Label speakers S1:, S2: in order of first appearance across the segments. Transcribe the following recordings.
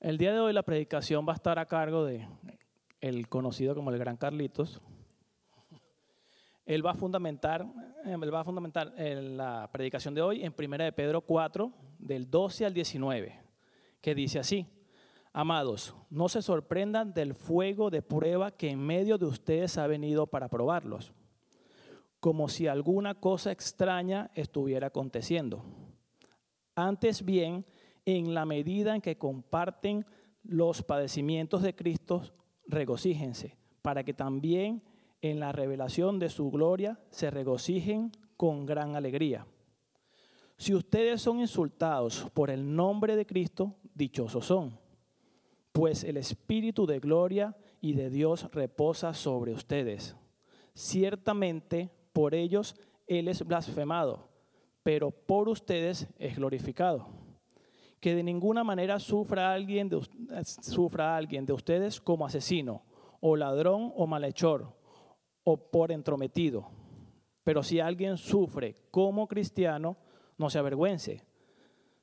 S1: El día de hoy la predicación va a estar a cargo de el conocido como el Gran Carlitos. Él va a fundamentar, eh, él va a fundamentar en la predicación de hoy en 1 de Pedro 4, del 12 al 19, que dice así, Amados, no se sorprendan del fuego de prueba que en medio de ustedes ha venido para probarlos, como si alguna cosa extraña estuviera aconteciendo. Antes bien, en la medida en que comparten los padecimientos de Cristo, regocíjense, para que también en la revelación de su gloria se regocijen con gran alegría. Si ustedes son insultados por el nombre de Cristo, dichosos son pues el Espíritu de gloria y de Dios reposa sobre ustedes. Ciertamente por ellos Él es blasfemado, pero por ustedes es glorificado. Que de ninguna manera sufra alguien de, sufra alguien de ustedes como asesino, o ladrón, o malhechor, o por entrometido. Pero si alguien sufre como cristiano, no se avergüence,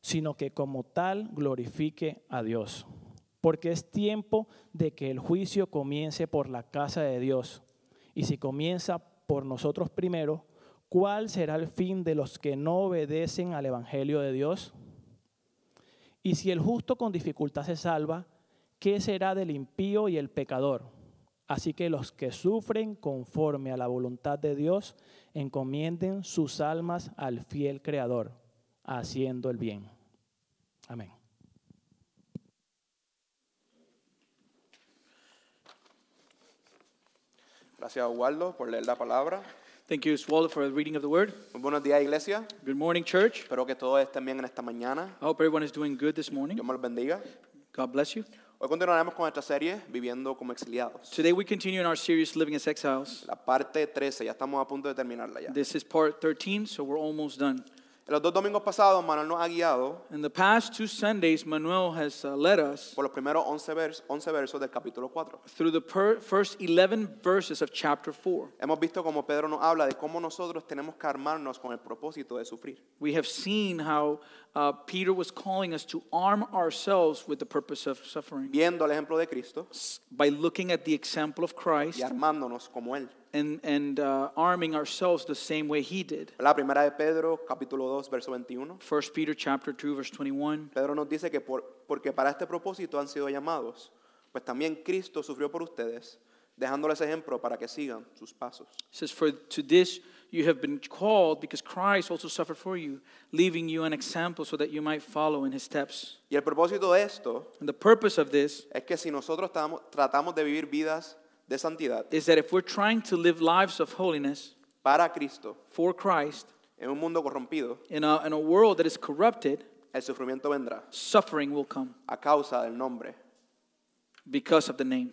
S1: sino que como tal glorifique a Dios porque es tiempo de que el juicio comience por la casa de Dios. Y si comienza por nosotros primero, ¿cuál será el fin de los que no obedecen al Evangelio de Dios? Y si el justo con dificultad se salva, ¿qué será del impío y el pecador? Así que los que sufren conforme a la voluntad de Dios, encomienden sus almas al fiel Creador, haciendo el bien. Amén.
S2: Gracias, Oswaldo, por leer la palabra.
S3: Thank you, Oswaldo, for the reading of the word.
S2: Muy buenos días, iglesia.
S3: Good morning, church.
S2: Espero que todos estén bien en esta mañana.
S3: I hope everyone is doing good this morning.
S2: Dios me los bendiga.
S3: God bless you.
S2: Hoy continuaremos con nuestra serie Viviendo como exiliados.
S3: Today we continue in our series Living as Exiles.
S2: La parte 13, ya estamos a punto de terminarla ya.
S3: This is part 13, so we're almost done.
S2: En los dos domingos pasados, Manuel nos ha guiado
S3: In the past two Sundays, Manuel has uh, led us
S2: por los primeros 11, vers- 11 versos del capítulo 4.
S3: through the per- first 11 verses of chapter 4.
S2: Hemos visto cómo Pedro nos habla de cómo nosotros tenemos que armarnos con el propósito de sufrir.
S3: We have seen how uh, Peter was calling us to arm ourselves with the purpose of suffering
S2: Viendo el ejemplo de Cristo
S3: by looking at the example of Christ
S2: y armándonos como Él.
S3: and, and uh, arming ourselves the same way he did.
S2: La primera de Pedro, capítulo 2, verso 21.
S3: 1 Peter chapter 2 verse 21.
S2: Pedro nos dice que por- porque para este propósito han sido llamados, pues también Cristo sufrió por ustedes, dejándoles ejemplo para que sigan sus pasos.
S3: It says, For to this you have been called, because Christ also suffered for you, leaving you an example so that you might follow in his steps.
S2: Y el propósito de esto
S3: And the purpose of this
S2: es que si nosotros tamo- tratamos de vivir vidas de santidad
S3: is that if we're trying to live lives of holiness
S2: para Cristo
S3: for Christ
S2: en un mundo corrompido,
S3: in a, in a world that is corrupted,
S2: el sufrimiento vendrá
S3: suffering will come
S2: a causa del nombre.
S3: because of the name.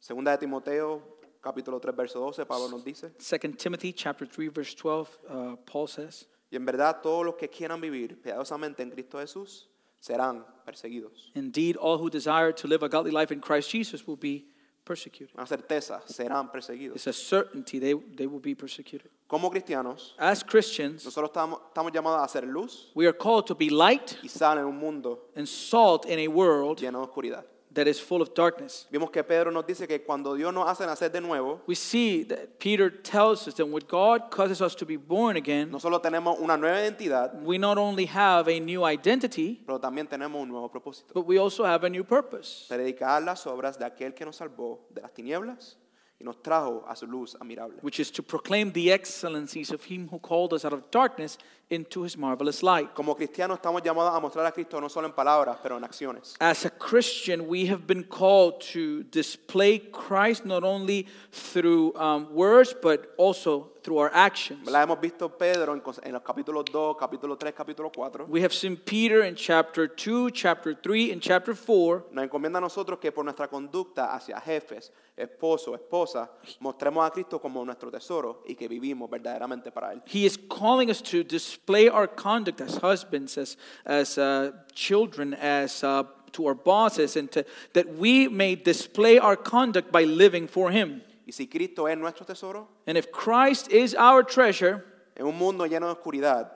S2: Segunda de Timoteo, capítulo 3, verso 12, Pablo nos dice,
S3: 2 Timothy chapter 3 verse 12, uh, Paul says,
S2: y en verdad todos los que quieran vivir piadosamente en Cristo Jesús serán perseguidos.
S3: Indeed, all who desire to live a godly life in Christ Jesus will be persecuted.
S2: Una certeza, serán perseguidos.
S3: It's a certainty they, they will be persecuted.
S2: Como cristianos,
S3: As Christians,
S2: Nosotros estamos, estamos llamados a hacer luz
S3: we are called to be light
S2: y sal en un mundo
S3: and salt in a world
S2: lleno de oscuridad.
S3: that is full of darkness.
S2: Vimos que Pedro nos dice que cuando Dios nos hace nacer de nuevo,
S3: We see that Peter tells us that when God causes us to be born again,
S2: no solo tenemos una nueva identidad,
S3: we not only have a new identity,
S2: pero también tenemos un nuevo propósito.
S3: but we also have a new purpose
S2: Predicar las obras de aquel que nos salvó de las tinieblas y nos trajo a su luz admirable.
S3: which is to proclaim the excellencies of him who called us out of darkness into his marvelous light.
S2: Como cristianos estamos llamados a mostrar a Cristo no solo en palabras, pero en acciones.
S3: As a Christian, we have been called to display Christ not only through um, words, but also through our actions.
S2: La hemos visto Pedro en, cos- en los capítulos 2, capítulo 3, capítulo 4.
S3: We have seen Peter in chapter 2, chapter 3, and chapter 4
S2: Nos encomienda a nosotros que por nuestra conducta hacia jefes, esposos, esposas, mostremos a Cristo como nuestro tesoro y que vivimos verdaderamente para Él.
S3: He is calling us to display our conduct as husbands, as, as uh, children, as uh, to our bosses, and to, that we may display our conduct by living for Him.
S2: Y si Cristo es nuestro tesoro,
S3: And if Christ is our treasure
S2: en un mundo lleno de oscuridad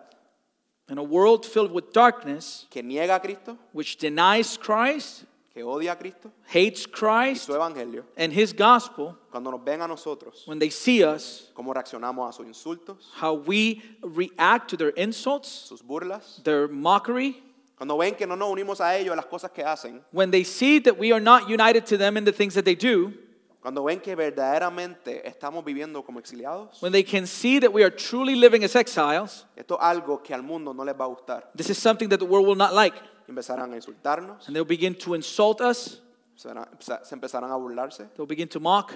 S3: in a world filled with darkness,
S2: que niega a Cristo,
S3: which denies Christ,
S2: que odia a Cristo
S3: hates
S2: y
S3: Christ
S2: su evangelio,
S3: and his gospel,
S2: cuando nos ven a nosotros,
S3: when they see us,
S2: cómo reaccionamos a sus insultos,
S3: how we react to their insults,
S2: sus burlas,
S3: their mockery,
S2: cuando ven que no nos unimos a ellos en las cosas que hacen,
S3: when they see that we are not united to them in the things that they do,
S2: cuando ven que verdaderamente estamos viviendo como exiliados,
S3: when they can see that we are truly living as exiles,
S2: esto es algo que al mundo no les va a gustar.
S3: this is something that the world will not like.
S2: Y Empezarán a insultarnos,
S3: And they'll begin to insult us,
S2: empezarán- se se empezarán a burlarse,
S3: they'll begin to mock.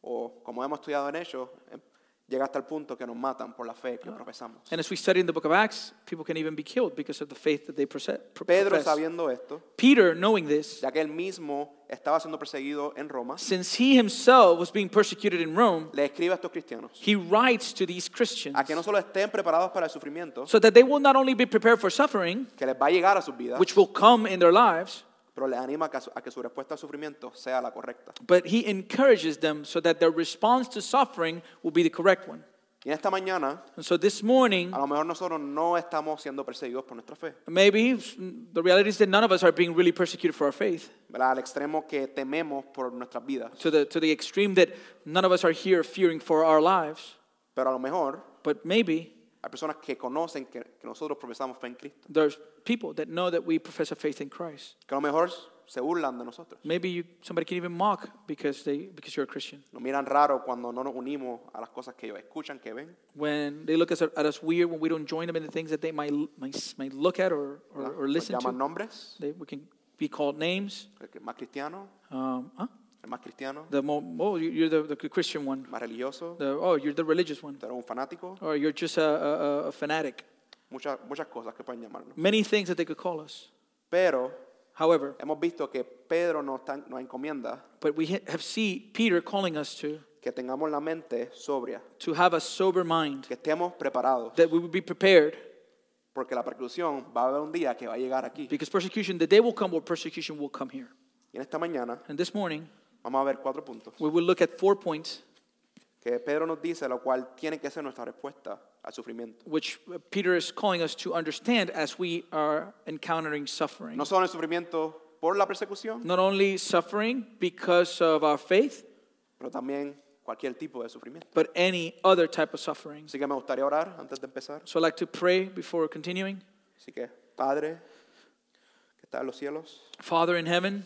S2: o como hemos estudiado en ellos, em, llega hasta el punto que nos matan por la fe que profesamos.
S3: And as we study in the book of Acts, people can even be killed because of the faith that they prese- pr-
S2: Pedro,
S3: profess.
S2: sabiendo esto,
S3: Peter, knowing this,
S2: ya que él mismo estaba siendo perseguido en Roma,
S3: since he himself was being persecuted in Rome,
S2: le escribe a estos cristianos
S3: he writes to these Christians
S2: a que no solo estén preparados para el sufrimiento,
S3: so that they will not only be prepared for suffering,
S2: que les va a llegar a sus vidas,
S3: which will come in their lives,
S2: pero les anima a que su- a que su respuesta al sufrimiento sea la correcta.
S3: but he encourages them so that their response to suffering will be the correct one.
S2: Y en esta mañana,
S3: And so this morning,
S2: a lo mejor nosotros no estamos siendo perseguidos por nuestra fe,
S3: maybe the reality is that none of us are being really persecuted for our faith
S2: ¿verdad? Al extremo que tememos por nuestras vidas,
S3: to the, to the extreme that none of us are here fearing for our lives.
S2: pero a lo mejor
S3: But maybe
S2: hay personas que conocen que, que nosotros profesamos fe en Cristo,
S3: there's people that know that we profess a faith in Christ.
S2: que a lo mejor se burlan de nosotros.
S3: Maybe you, somebody can even mock because, they, because you're a Christian.
S2: Nos miran raro cuando no nos unimos a las cosas que ellos escuchan, que ven.
S3: When they look at us, at us weird, when we don't join them in the things that they might, might, might look at or, or,
S2: ¿verdad?
S3: or
S2: Nos
S3: listen
S2: llaman
S3: to,
S2: nombres,
S3: they, we can be called names.
S2: el que- más cristiano,
S3: Um, huh?
S2: el más cristiano,
S3: The more, oh, you- you're the, the Christian one.
S2: el más religioso,
S3: The, oh, you're the religious one.
S2: tú eres un fanático,
S3: Or you're just a, a, a- a fanatic.
S2: muchas, muchas cosas que pueden llamarnos.
S3: Many things that they could call us.
S2: Pero
S3: However,
S2: hemos visto que Pedro nos, está- nos encomienda
S3: but we ha- have seen Peter calling us to
S2: que tengamos la mente sobria,
S3: to have a sober mind,
S2: que estemos preparados,
S3: that we would be prepared,
S2: porque la persecución va a haber un día que va a llegar aquí.
S3: because persecution, the day will come where persecution will come here.
S2: Y en esta mañana
S3: And this morning,
S2: vamos a ver cuatro puntos
S3: we will look at four points,
S2: que Pedro nos dice, lo cual tiene que ser nuestra respuesta al sufrimiento.
S3: which uh, Peter is calling us to understand as we are encountering suffering.
S2: No solo el sufrimiento por la persecución,
S3: Not only suffering because of our faith,
S2: pero también cualquier tipo de sufrimiento.
S3: but any other type of suffering.
S2: Así que me gustaría orar antes de empezar.
S3: So I'd like to pray before continuing.
S2: Así que, Padre, que estás en los cielos,
S3: Father in heaven,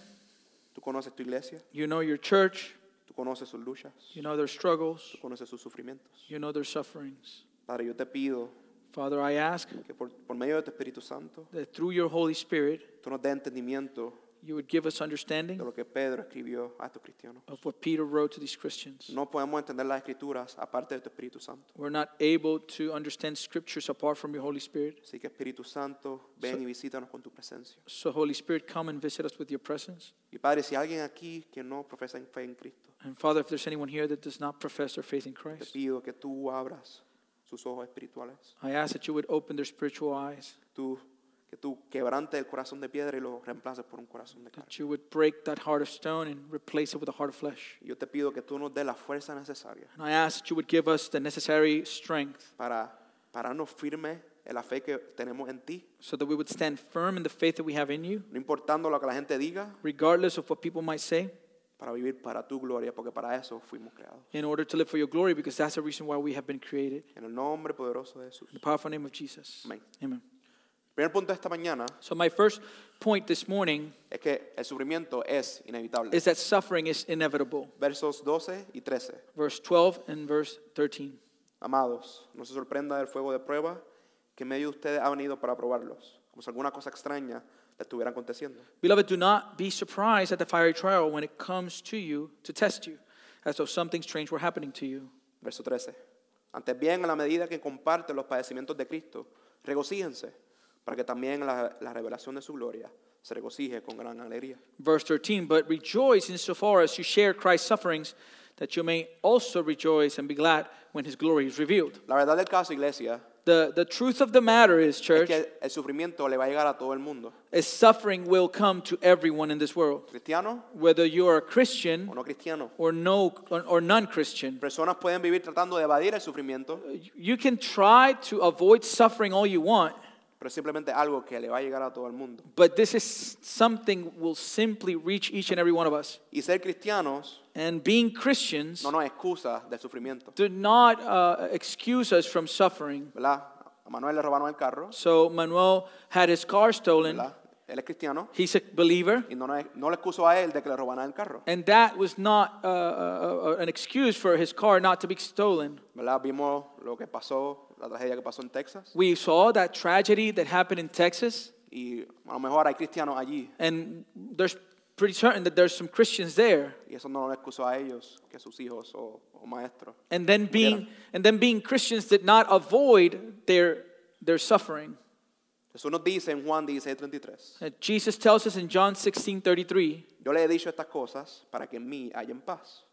S2: tú conoces tu iglesia,
S3: you know your church,
S2: tú conoces sus luchas,
S3: you know their struggles,
S2: tú conoces sus sufrimientos.
S3: you know their sufferings.
S2: Padre, yo te pido
S3: Father, I ask
S2: que por, por medio de tu Espíritu Santo,
S3: that through your Holy Spirit,
S2: tú nos des entendimiento
S3: you would give us
S2: de
S3: understanding
S2: lo que Pedro escribió a estos cristianos.
S3: of what Peter wrote to these Christians.
S2: No podemos entender las escrituras aparte de tu Espíritu Santo.
S3: We're not able to understand scriptures apart from your Holy Spirit.
S2: Así que Espíritu Santo, ven
S3: So-
S2: y visítanos con tu presencia.
S3: So, Holy Spirit, come and visit us with your presence.
S2: Y Padre, si hay alguien aquí que no profesa en fe en Cristo,
S3: And Father, if there's anyone here that does not profess their faith in
S2: te
S3: Christ,
S2: pido que tú abras sus ojos espirituales,
S3: I ask that you would open their spiritual eyes,
S2: tú, que tú quebrantes el corazón de piedra y lo reemplaces por un corazón de carne.
S3: that you would break that heart of stone and replace it with a heart of flesh.
S2: Y Yo te pido que tú nos des la fuerza necesaria
S3: And I ask that you would give us the necessary strength
S2: para pararnos firmes en la fe que tenemos en ti,
S3: so that we would stand firm in the faith that we have in you,
S2: no importando lo que la gente diga,
S3: regardless of what people might say,
S2: para vivir para tu gloria, porque para eso fuimos creados.
S3: in order to live for your glory, because that's the reason why we have been created.
S2: En el nombre poderoso de Jesús.
S3: In the powerful name of Jesus.
S2: Amén.
S3: Amen.
S2: El primer punto de esta mañana
S3: So, my first point this morning
S2: es que el sufrimiento es inevitable.
S3: is that suffering is inevitable.
S2: Versos 12 y 13.
S3: Verse 12 and verse 13.
S2: Amados, no se sorprenda del fuego de prueba que en medio de ustedes ha venido para probarlos, como si alguna cosa extraña le estuviera aconteciendo.
S3: Beloved, do not be surprised at the fiery trial when it comes to you to test you, as though something strange were happening to you.
S2: Verso 13. Antes bien, a la medida que comparten los padecimientos de Cristo, regocíjense, para que también la, la revelación de su gloria se regocije con gran alegría.
S3: Verse 13, but rejoice insofar as you share Christ's sufferings, that you may also rejoice and be glad when his glory is revealed.
S2: La verdad del caso, iglesia,
S3: The, the truth of the matter is,
S2: es
S3: church,
S2: que el sufrimiento le va a llegar a todo el mundo,
S3: is suffering will come to everyone in this world,
S2: cristiano
S3: whether you are a
S2: o
S3: Christian
S2: no cristiano.
S3: or no or, or non-Christian.
S2: Personas pueden vivir tratando de evadir el sufrimiento,
S3: You can try to avoid suffering all you want,
S2: pero es simplemente algo que le va a llegar a todo el mundo.
S3: But this is something will simply reach each and every one of us.
S2: Y ser cristianos
S3: And being Christians
S2: no nos excusa del sufrimiento,
S3: do not uh, excuse us from suffering.
S2: ¿verdad? A Manuel le robaron el carro,
S3: So Manuel had his car stolen.
S2: ¿verdad? Él es cristiano
S3: He's a believer.
S2: y no, nos- no le excuso a él de que le robaran el carro,
S3: And that was not uh, uh, uh, an excuse for his car not to be stolen.
S2: ¿verdad? Vimos lo que pasó, la tragedia que pasó en Texas
S3: We saw that tragedy that happened in Texas,
S2: y a lo mejor hay cristianos allí
S3: and there's pretty certain that there's some Christians there.
S2: y eso no lo excusó a ellos que sus hijos o, o maestros.
S3: And then being and then being Christians did not avoid their their suffering.
S2: Jesús nos dice en Juan 16:33,
S3: Uh, Jesus tells us in John 16:33,
S2: yo le he dicho estas cosas para que en mí haya paz.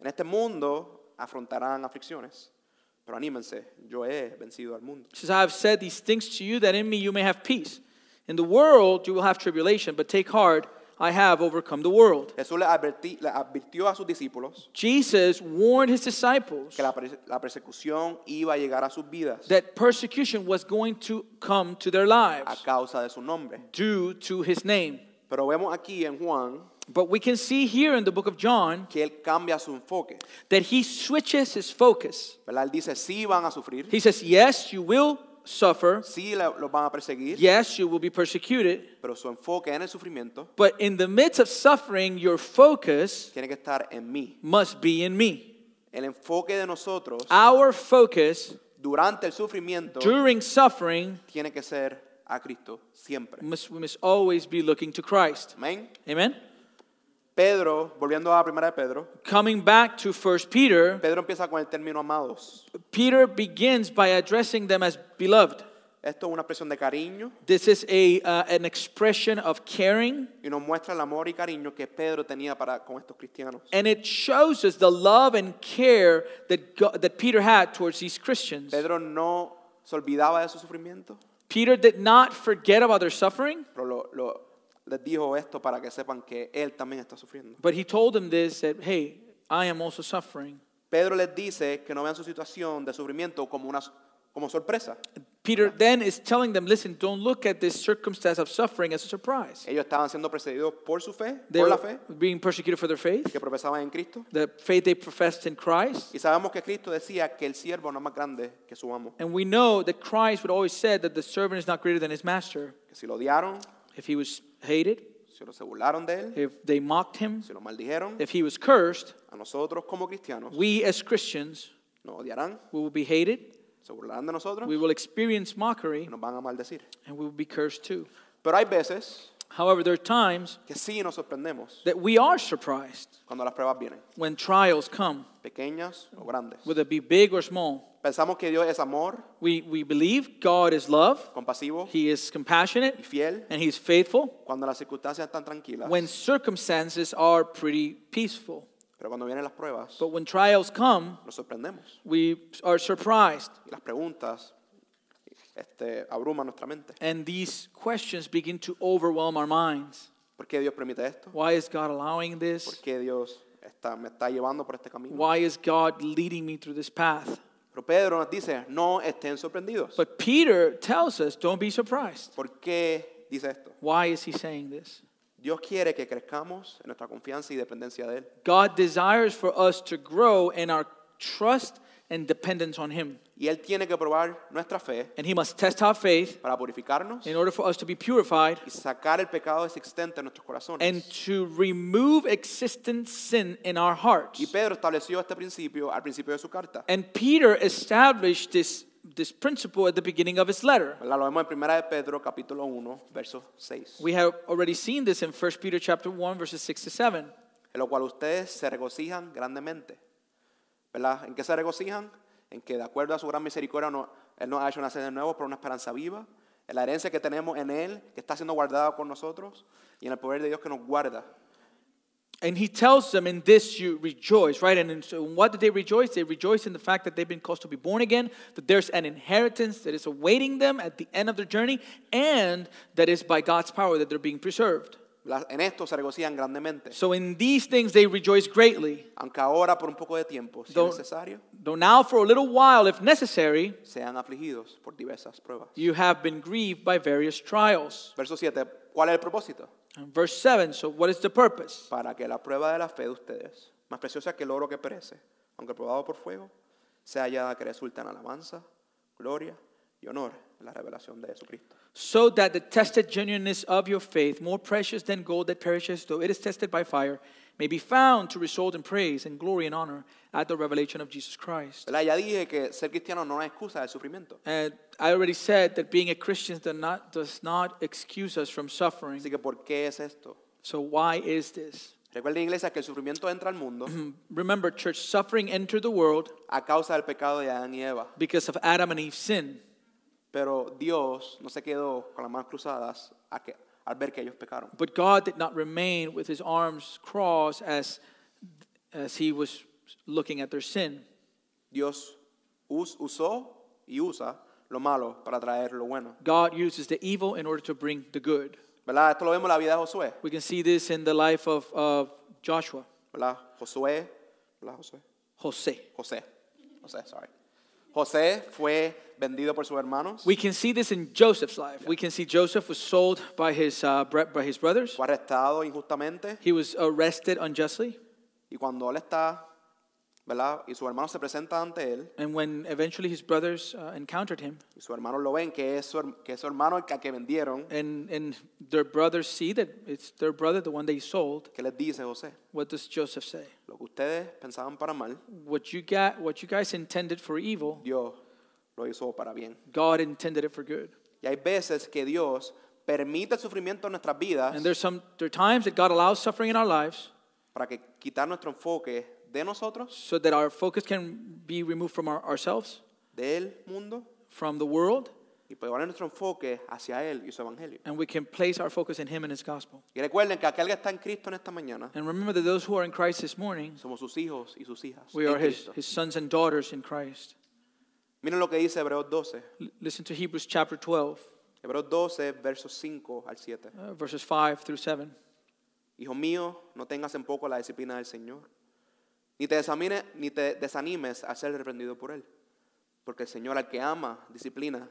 S2: En este mundo afrontarán aflicciones, pero anímense, yo he vencido al mundo.
S3: he says, "I have said these things to you that in me you may have peace. In the world you will have tribulation, but take heart, I have overcome the world."
S2: Jesús le, advertí- le advirtió a sus discípulos
S3: Jesus warned his disciples
S2: que la, perse- la persecución iba a llegar a sus vidas
S3: that persecution was going to come to their
S2: a
S3: lives
S2: causa de su nombre.
S3: due to his name.
S2: Pero vemos aquí en Juan
S3: But we can see here in the book of John
S2: que él cambia su enfoque.
S3: that he switches his focus.
S2: ¿verdad? Él dice, sí van a sufrir,
S3: He says, Yes, you will suffer.
S2: sí la- los van a perseguir,
S3: Yes, you will be persecuted.
S2: pero su enfoque en el sufrimiento
S3: But in the midst of suffering, your focus
S2: tiene que estar en mí.
S3: must be in me.
S2: El enfoque de nosotros
S3: Our focus
S2: durante el sufrimiento
S3: during suffering
S2: tiene que ser a Cristo siempre.
S3: must, we must always be looking to Christ.
S2: Amén.
S3: Amen.
S2: Pedro, volviendo a primera de Pedro,
S3: Coming back to First Peter,
S2: Pedro empieza con el término amados.
S3: Peter begins by addressing them as beloved.
S2: Esto es una expresión de cariño
S3: This is a, uh, an expression of caring,
S2: y nos muestra el amor y cariño que Pedro tenía para con estos cristianos.
S3: and it shows us the love and care that, God, that Peter had towards these Christians.
S2: Pedro no se olvidaba de su sufrimiento,
S3: Peter did not forget about their suffering,
S2: pero lo- lo- les dijo esto para que sepan que él también está sufriendo.
S3: but he told them this that, hey, I am also suffering.
S2: Pedro les dice que no vean su situación de sufrimiento como una como sorpresa.
S3: Peter then is telling them, listen, don't look at this circumstance of suffering as a surprise.
S2: Ellos estaban siendo precedidos por su fe,
S3: They
S2: por la
S3: were
S2: fe
S3: being persecuted for their faith,
S2: que profesaban en Cristo.
S3: the faith they professed in Christ.
S2: Y sabemos que Cristo decía que el siervo no es más grande que su amo.
S3: And we know that Christ would always said that the servant is not greater than his master.
S2: Que si lo odiaron,
S3: If he was hated,
S2: si lo se burlaron de él,
S3: if they mocked him,
S2: si lo maldijeron,
S3: if he was cursed,
S2: a nosotros como cristianos
S3: we as Christians
S2: nos odiarán,
S3: we will be hated,
S2: se burlarán de nosotros
S3: we will experience mockery,
S2: y nos van a maldecir.
S3: and we will be cursed too.
S2: Pero hay veces
S3: However, there are times
S2: que sí nos sorprendemos
S3: that we are surprised
S2: cuando las pruebas vienen,
S3: when trials come,
S2: pequeñas o grandes.
S3: whether it be big or small.
S2: Pensamos que Dios es amor,
S3: We, we believe God is love,
S2: compasivo
S3: He is compassionate,
S2: y fiel
S3: and He is faithful
S2: cuando las circunstancias están tranquilas.
S3: when circumstances are pretty peaceful.
S2: Pero cuando vienen las pruebas,
S3: But when trials come,
S2: nos sorprendemos
S3: we are surprised,
S2: y las preguntas este, abruman nuestra mente.
S3: and these questions begin to overwhelm our minds.
S2: ¿Por qué Dios permite esto?
S3: Why is God allowing
S2: ¿Por
S3: this?
S2: qué Dios está, me está llevando por este camino?
S3: Why is God leading me through this path?
S2: Pero Pedro nos dice, no estén sorprendidos.
S3: But Peter tells us, don't be surprised.
S2: ¿Por qué dice esto?
S3: Why is he saying this?
S2: Dios quiere que crezcamos en nuestra confianza y dependencia de Él.
S3: God desires for us to grow in our trust and dependence on him.
S2: Y Él tiene que probar nuestra fe
S3: And he must test our faith
S2: para purificarnos
S3: in order for us to be purified
S2: y sacar el pecado existente de nuestros
S3: and
S2: corazones.
S3: to remove existent sin in our hearts.
S2: Y Pedro estableció este principio al principio de su carta.
S3: And Peter established this, this principle at the beginning of his letter.
S2: ¿Verdad? Lo vemos en 1 de Pedro capítulo 1, verso 6.
S3: We have already seen this in 1 Peter chapter 1 verses 6 to 7.
S2: en lo cual ustedes se regocijan grandemente. ¿Verdad? ¿En qué se regocijan? En que de acuerdo a su gran misericordia no- Él nos ha hecho nacer de nuevo por una esperanza viva, en la herencia que tenemos en Él, que está siendo guardada por nosotros, y en el poder de Dios que nos guarda.
S3: And he tells them, in this you rejoice, right? And in- so what did they rejoice? They rejoice in the fact that they've been caused to be born again, that there's an inheritance that is awaiting them at the end of their journey, and that is by God's power that they're being preserved.
S2: ¿Verdad? la- en esto se regocijan grandemente.
S3: So in these things they rejoice greatly,
S2: Aunque ahora por un poco de tiempo, si es
S3: Don't-
S2: necesario,
S3: though now for a little while, if necessary,
S2: sean afligidos por diversas pruebas.
S3: you have been grieved by various trials.
S2: Verso 7. ¿Cuál es el propósito?
S3: And verse 7 So, what is the purpose?
S2: Para que la prueba de la fe de ustedes, más preciosa que el oro que perece, aunque probado por fuego, sea hallada que resulta en alabanza, gloria y honor en la revelación de Jesucristo.
S3: So that the tested genuineness of your faith, more precious than gold that perishes, though it is tested by fire, may be found to result in praise and glory and honor at the revelation of Jesus Christ.
S2: ¿Verdad? Ya dije que ser cristiano no es excusa del sufrimiento.
S3: And I already said that being a Christian does not, does not excuse us from suffering.
S2: Así que, ¿por qué es esto?
S3: So, why is this?
S2: Recuerda, iglesia, que el sufrimiento entra al mundo
S3: Remember, church, suffering entered the world
S2: a causa del pecado de Adán y Eva.
S3: because of Adam and Eve's sin.
S2: Pero Dios no se quedó con las manos cruzadas a que- al ver que ellos pecaron.
S3: But God did not remain with his arms crossed as, as he was looking at their sin.
S2: Dios us- usó y usa lo malo para traer lo bueno.
S3: God uses the evil in order to bring the good.
S2: ¿Verdad? Esto lo vemos en la vida de Josué.
S3: We can see this in the life of, of Joshua,
S2: ¿Verdad? Josué. ¿Verdad, Josué?
S3: Jose.
S2: José. José, sorry. José fue vendido por sus hermanos.
S3: We can see this in Joseph's life. We can see Joseph was sold by his, uh, bre- by his brothers.
S2: Fue arrestado injustamente.
S3: He was arrested unjustly.
S2: Y cuando él está, ¿verdad? Y sus hermanos se presentan ante él.
S3: And when eventually his brothers uh, encountered him,
S2: Y sus hermanos lo ven, que es su, her- que es su hermano el que, al que vendieron.
S3: and, and their brothers see that it's their brother, the one they sold,
S2: ¿Qué les dice José?
S3: what does Joseph say?
S2: Lo que ustedes pensaban para mal,
S3: what you got what you guys intended for evil
S2: Dios lo hizo para bien.
S3: god intended it for good
S2: Y hay veces que Dios permite el sufrimiento en nuestras vidas
S3: and there's some there are times that god allows suffering in our lives
S2: para que quitar nuestro enfoque de nosotros,
S3: so that our focus can be removed from our, ourselves
S2: del mundo,
S3: from the world
S2: y poner nuestro enfoque hacia Él y su evangelio.
S3: and we can place our focus in him and his gospel
S2: Y recuerden que aquel que está en Cristo en esta mañana,
S3: and remember that those who are in christ this morning
S2: somos sus hijos y sus hijas.
S3: we
S2: en
S3: are his,
S2: Cristo.
S3: his sons and daughters in christ
S2: Miren lo que dice Hebreos 12,
S3: L- listen to hebrews chapter 12
S2: Hebreos 12, versos 5 al 7.
S3: uh, verses 5 through 7
S2: Hijo mío, no tengas en poco la disciplina del Señor, ni te, desamine- ni te desanimes a ser reprendido por Él. Porque el Señor al que ama, disciplina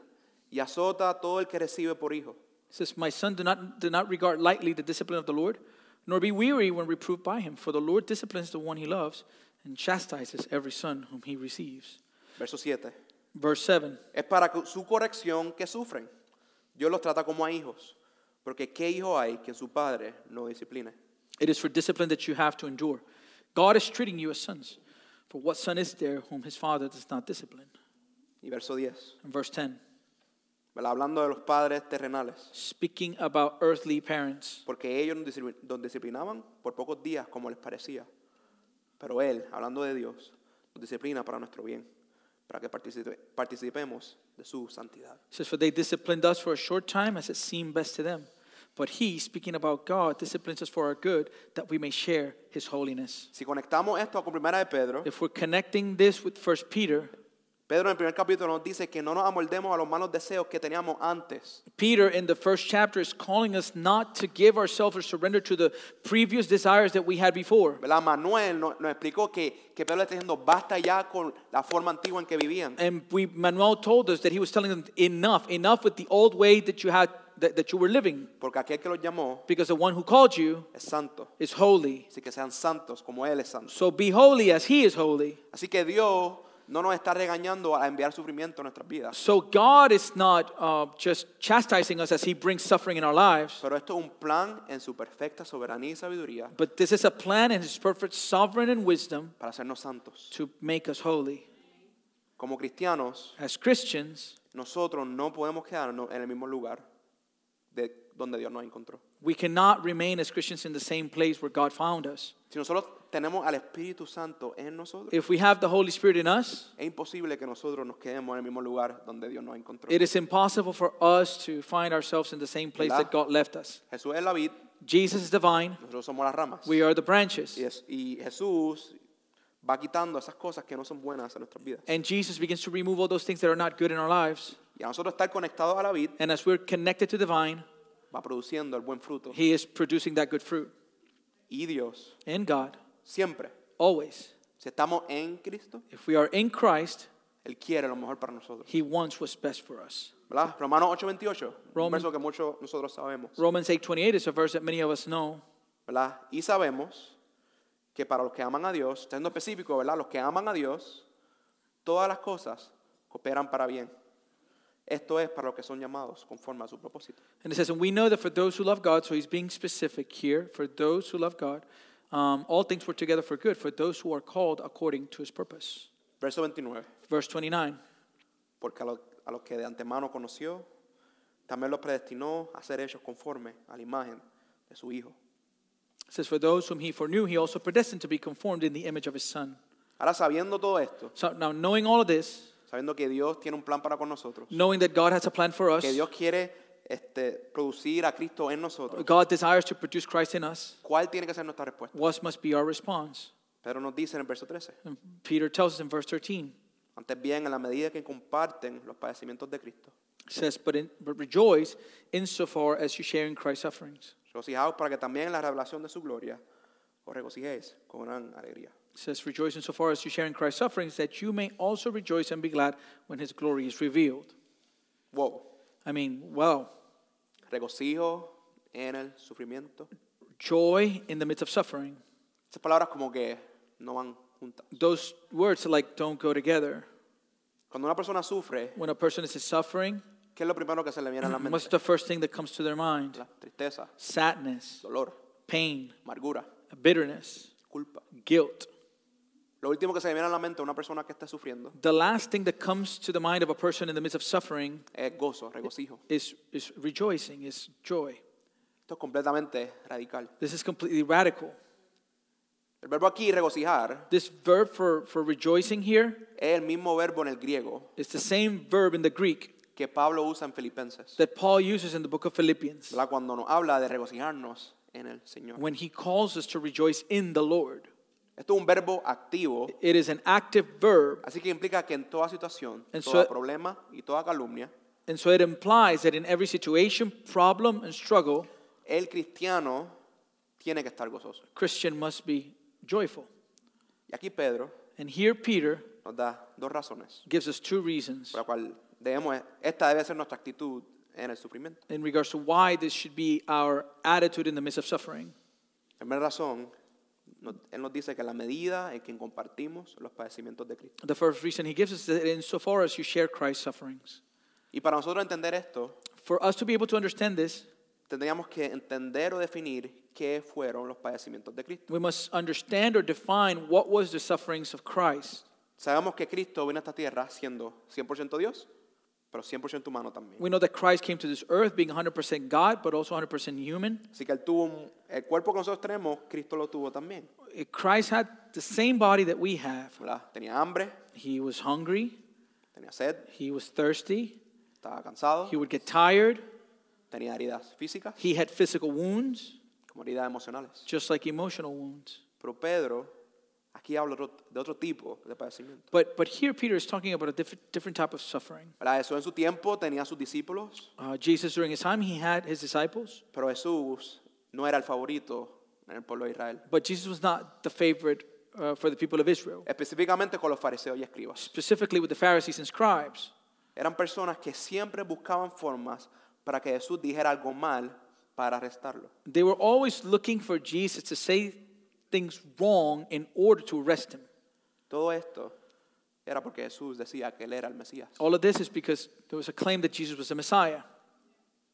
S2: y azota a todo el que recibe por hijo.
S3: It says, My son, do not, do not regard lightly the discipline of the Lord, nor be weary when reproved by him, for the Lord disciplines the one he loves and chastises every son whom he receives.
S2: Verso 7.
S3: Verse 7
S2: Es para cu- su corrección que sufren. Dios los trata como a hijos. Porque ¿qué hijo hay que su padre no discipline?
S3: It is for discipline that you have to endure. God is treating you as sons. For what son is there whom his father does not discipline?
S2: Y verso 10.
S3: And verse 10
S2: ¿verdad? Hablando de los padres terrenales.
S3: Speaking about earthly parents,
S2: Porque ellos nos discipli- nos disciplinaban por pocos días como les parecía. Pero Él, hablando de Dios, nos disciplina para nuestro bien, para que participe- participemos de su santidad.
S3: it says, For they disciplined us for a short time as it seemed best to them. But he, speaking about God, disciplines us for our good, that we may share his holiness.
S2: Si conectamos esto con primera de Pedro,
S3: If we're connecting this with First Peter,
S2: Pedro en el primer capítulo nos dice que no nos amoldemos a los malos deseos que teníamos antes,
S3: Peter in the first chapter is calling us not to give ourselves or surrender to the previous desires that we had before.
S2: ¿verdad? Manuel no- nos, explicó que, que Pedro le está diciendo basta ya con la forma antigua en que vivían.
S3: And we Manuel told us that he was telling them enough, enough with the old way that you had that, that you were living
S2: Porque aquel que los llamó
S3: because the one who called you
S2: es santo.
S3: is holy.
S2: Así que sean santos como Él es santo.
S3: So be holy as he is holy.
S2: Así que Dios no nos está regañando a enviar sufrimiento a nuestras vidas.
S3: So God is not uh, just chastising us as he brings suffering in our lives,
S2: Pero esto es un plan en su perfecta soberanía y sabiduría
S3: but this is a plan in his perfect sovereign and wisdom
S2: para hacernos santos.
S3: to make us holy.
S2: Como cristianos,
S3: As Christians,
S2: nosotros no podemos quedarnos en el mismo lugar de donde Dios nos encontró.
S3: We cannot remain as Christians in the same place where God found us.
S2: Si nosotros tenemos al Espíritu Santo en nosotros,
S3: If we have the Holy Spirit in us,
S2: es imposible que nosotros nos quedemos en el mismo lugar donde Dios nos encontró.
S3: it is impossible for us to find ourselves in the same place that God left us.
S2: Jesús es la vid,
S3: Jesus is the vine,
S2: nosotros somos las ramas.
S3: we are the
S2: Y,
S3: branches.
S2: es- y Jesús va quitando esas cosas que no son buenas a nuestras vidas.
S3: And Jesus begins to remove all those things that are not good in our lives.
S2: Y a nosotros estar conectados a la vid,
S3: And as we're connected to the vine,
S2: va produciendo el buen fruto.
S3: He is producing that good fruit
S2: Y Dios
S3: in God,
S2: siempre,
S3: always.
S2: si estamos en Cristo,
S3: If we are in Christ,
S2: Él quiere lo mejor para nosotros.
S3: He wants what's best for us.
S2: ¿Verdad? Romanos 8:28, un
S3: Roman-
S2: verso que muchos nosotros sabemos.
S3: Romans 8:28 is a verse that many of us know.
S2: ¿verdad? Y sabemos que para los que aman a Dios, siendo específico, ¿verdad? Los que aman a Dios, todas las cosas cooperan para bien. Esto es para los que son llamados conforme a su propósito.
S3: And it says, And we know that for those who love God, so he's being specific here, for those who love God, um, all things work together for good, for those who are called according to his purpose.
S2: Verso 29.
S3: Verse 29
S2: Porque a lo- a los, que de antemano conoció, también los predestinó a ser hechos conforme a la imagen de su Hijo.
S3: says, For those whom he foreknew, he also predestined to be conformed in the image of his son.
S2: Ahora sabiendo todo esto,
S3: So now, knowing all of this,
S2: sabiendo que Dios tiene un plan para con nosotros,
S3: knowing that God has a plan for us,
S2: que Dios quiere este, producir a Cristo en nosotros,
S3: God desires to produce Christ in us,
S2: ¿cuál tiene que ser nuestra respuesta?
S3: what must be our response?
S2: Pedro nos dice en el verso 13.
S3: And Peter tells us in verse 13,
S2: Antes bien, en la medida que comparten los padecimientos de Cristo,
S3: says, But, in, but rejoice insofar as you share in Christ's sufferings.
S2: regocijaos para que también en la revelación de su gloria os regocijéis con gran alegría.
S3: It says, Rejoice insofar as you share in Christ's sufferings, that you may also rejoice and be glad when his glory is revealed.
S2: Wow,
S3: I mean, wow,
S2: regocijo en el sufrimiento.
S3: joy in the midst of suffering.
S2: Esas palabras como que no van juntas.
S3: Those words like don't go together.
S2: Cuando una persona sufre,
S3: When a person is in suffering,
S2: ¿qué es lo primero que se le viene a la
S3: what's
S2: mente?
S3: the first thing that comes to their mind?
S2: La tristeza,
S3: Sadness,
S2: dolor,
S3: pain,
S2: amargura,
S3: bitterness,
S2: culpa.
S3: guilt.
S2: Lo último que se le viene a la mente a una persona que está sufriendo
S3: The last thing that comes to the mind of a person in the midst of suffering
S2: es gozo, regocijo.
S3: is, is rejoicing, is joy.
S2: Esto es completamente radical.
S3: This is completely radical.
S2: El verbo aquí, regocijar,
S3: This verb for, for rejoicing here
S2: es el mismo verbo en el griego
S3: It's the same verb in the Greek
S2: que Pablo usa en Filipenses.
S3: that Paul uses in the book of Philippians
S2: ¿verdad? cuando nos habla de regocijarnos en el Señor.
S3: when he calls us to rejoice in the Lord.
S2: Esto es un verbo activo,
S3: It is an active verb,
S2: así que implica que en toda situación,
S3: And
S2: todo
S3: so-
S2: problema y toda calumnia,
S3: and so it implies that in every situation, problem, and struggle,
S2: el cristiano tiene que estar gozoso.
S3: Christian must be joyful.
S2: Y aquí Pedro
S3: And here Peter
S2: nos da dos razones
S3: gives us two reasons
S2: por las cuales debemos, esta debe ser nuestra actitud en el sufrimiento.
S3: in regards to why this should be our attitude in the midst of suffering.
S2: La primera razón, nos- él nos dice que la medida en que compartimos los padecimientos de Cristo.
S3: The first reason he gives us is that insofar as you share Christ's sufferings.
S2: Y para nosotros entender esto,
S3: For us to be able to understand this,
S2: tendríamos que entender o definir qué fueron los padecimientos de Cristo.
S3: we must understand or define what was the sufferings of Christ.
S2: Sabemos que Cristo vino a esta tierra siendo 100% Dios, pero 100% humano también.
S3: We know that Christ came to this earth being 100% God, but also 100% human.
S2: Así que él tuvo un- el cuerpo que nosotros tenemos, Cristo lo tuvo también.
S3: Christ had the same body that we have.
S2: ¿verdad? Tenía hambre,
S3: He was hungry,
S2: tenía sed,
S3: he was thirsty,
S2: estaba cansado,
S3: he would get tired,
S2: tenía heridas físicas
S3: he had physical wounds,
S2: como heridas emocionales.
S3: just like emotional wounds.
S2: Pero Pedro aquí habla otro- de otro tipo de padecimiento.
S3: But, but here Peter is talking about a diff- different type of suffering.
S2: ¿verdad? Jesús en su tiempo tenía a sus discípulos,
S3: Uh, Jesus, during his time, he had his disciples,
S2: pero Jesús no era el favorito en el pueblo de Israel,
S3: but Jesus was not the favorite uh, for the people of Israel,
S2: específicamente con los fariseos y escribas.
S3: specifically with the Pharisees and scribes.
S2: Eran personas que siempre buscaban formas para que Jesús dijera algo mal para arrestarlo.
S3: They were always looking for Jesus to say things wrong in order to arrest him.
S2: Todo esto era porque Jesús decía que él era el Mesías.
S3: All of this is because there was a claim that Jesus was the Messiah.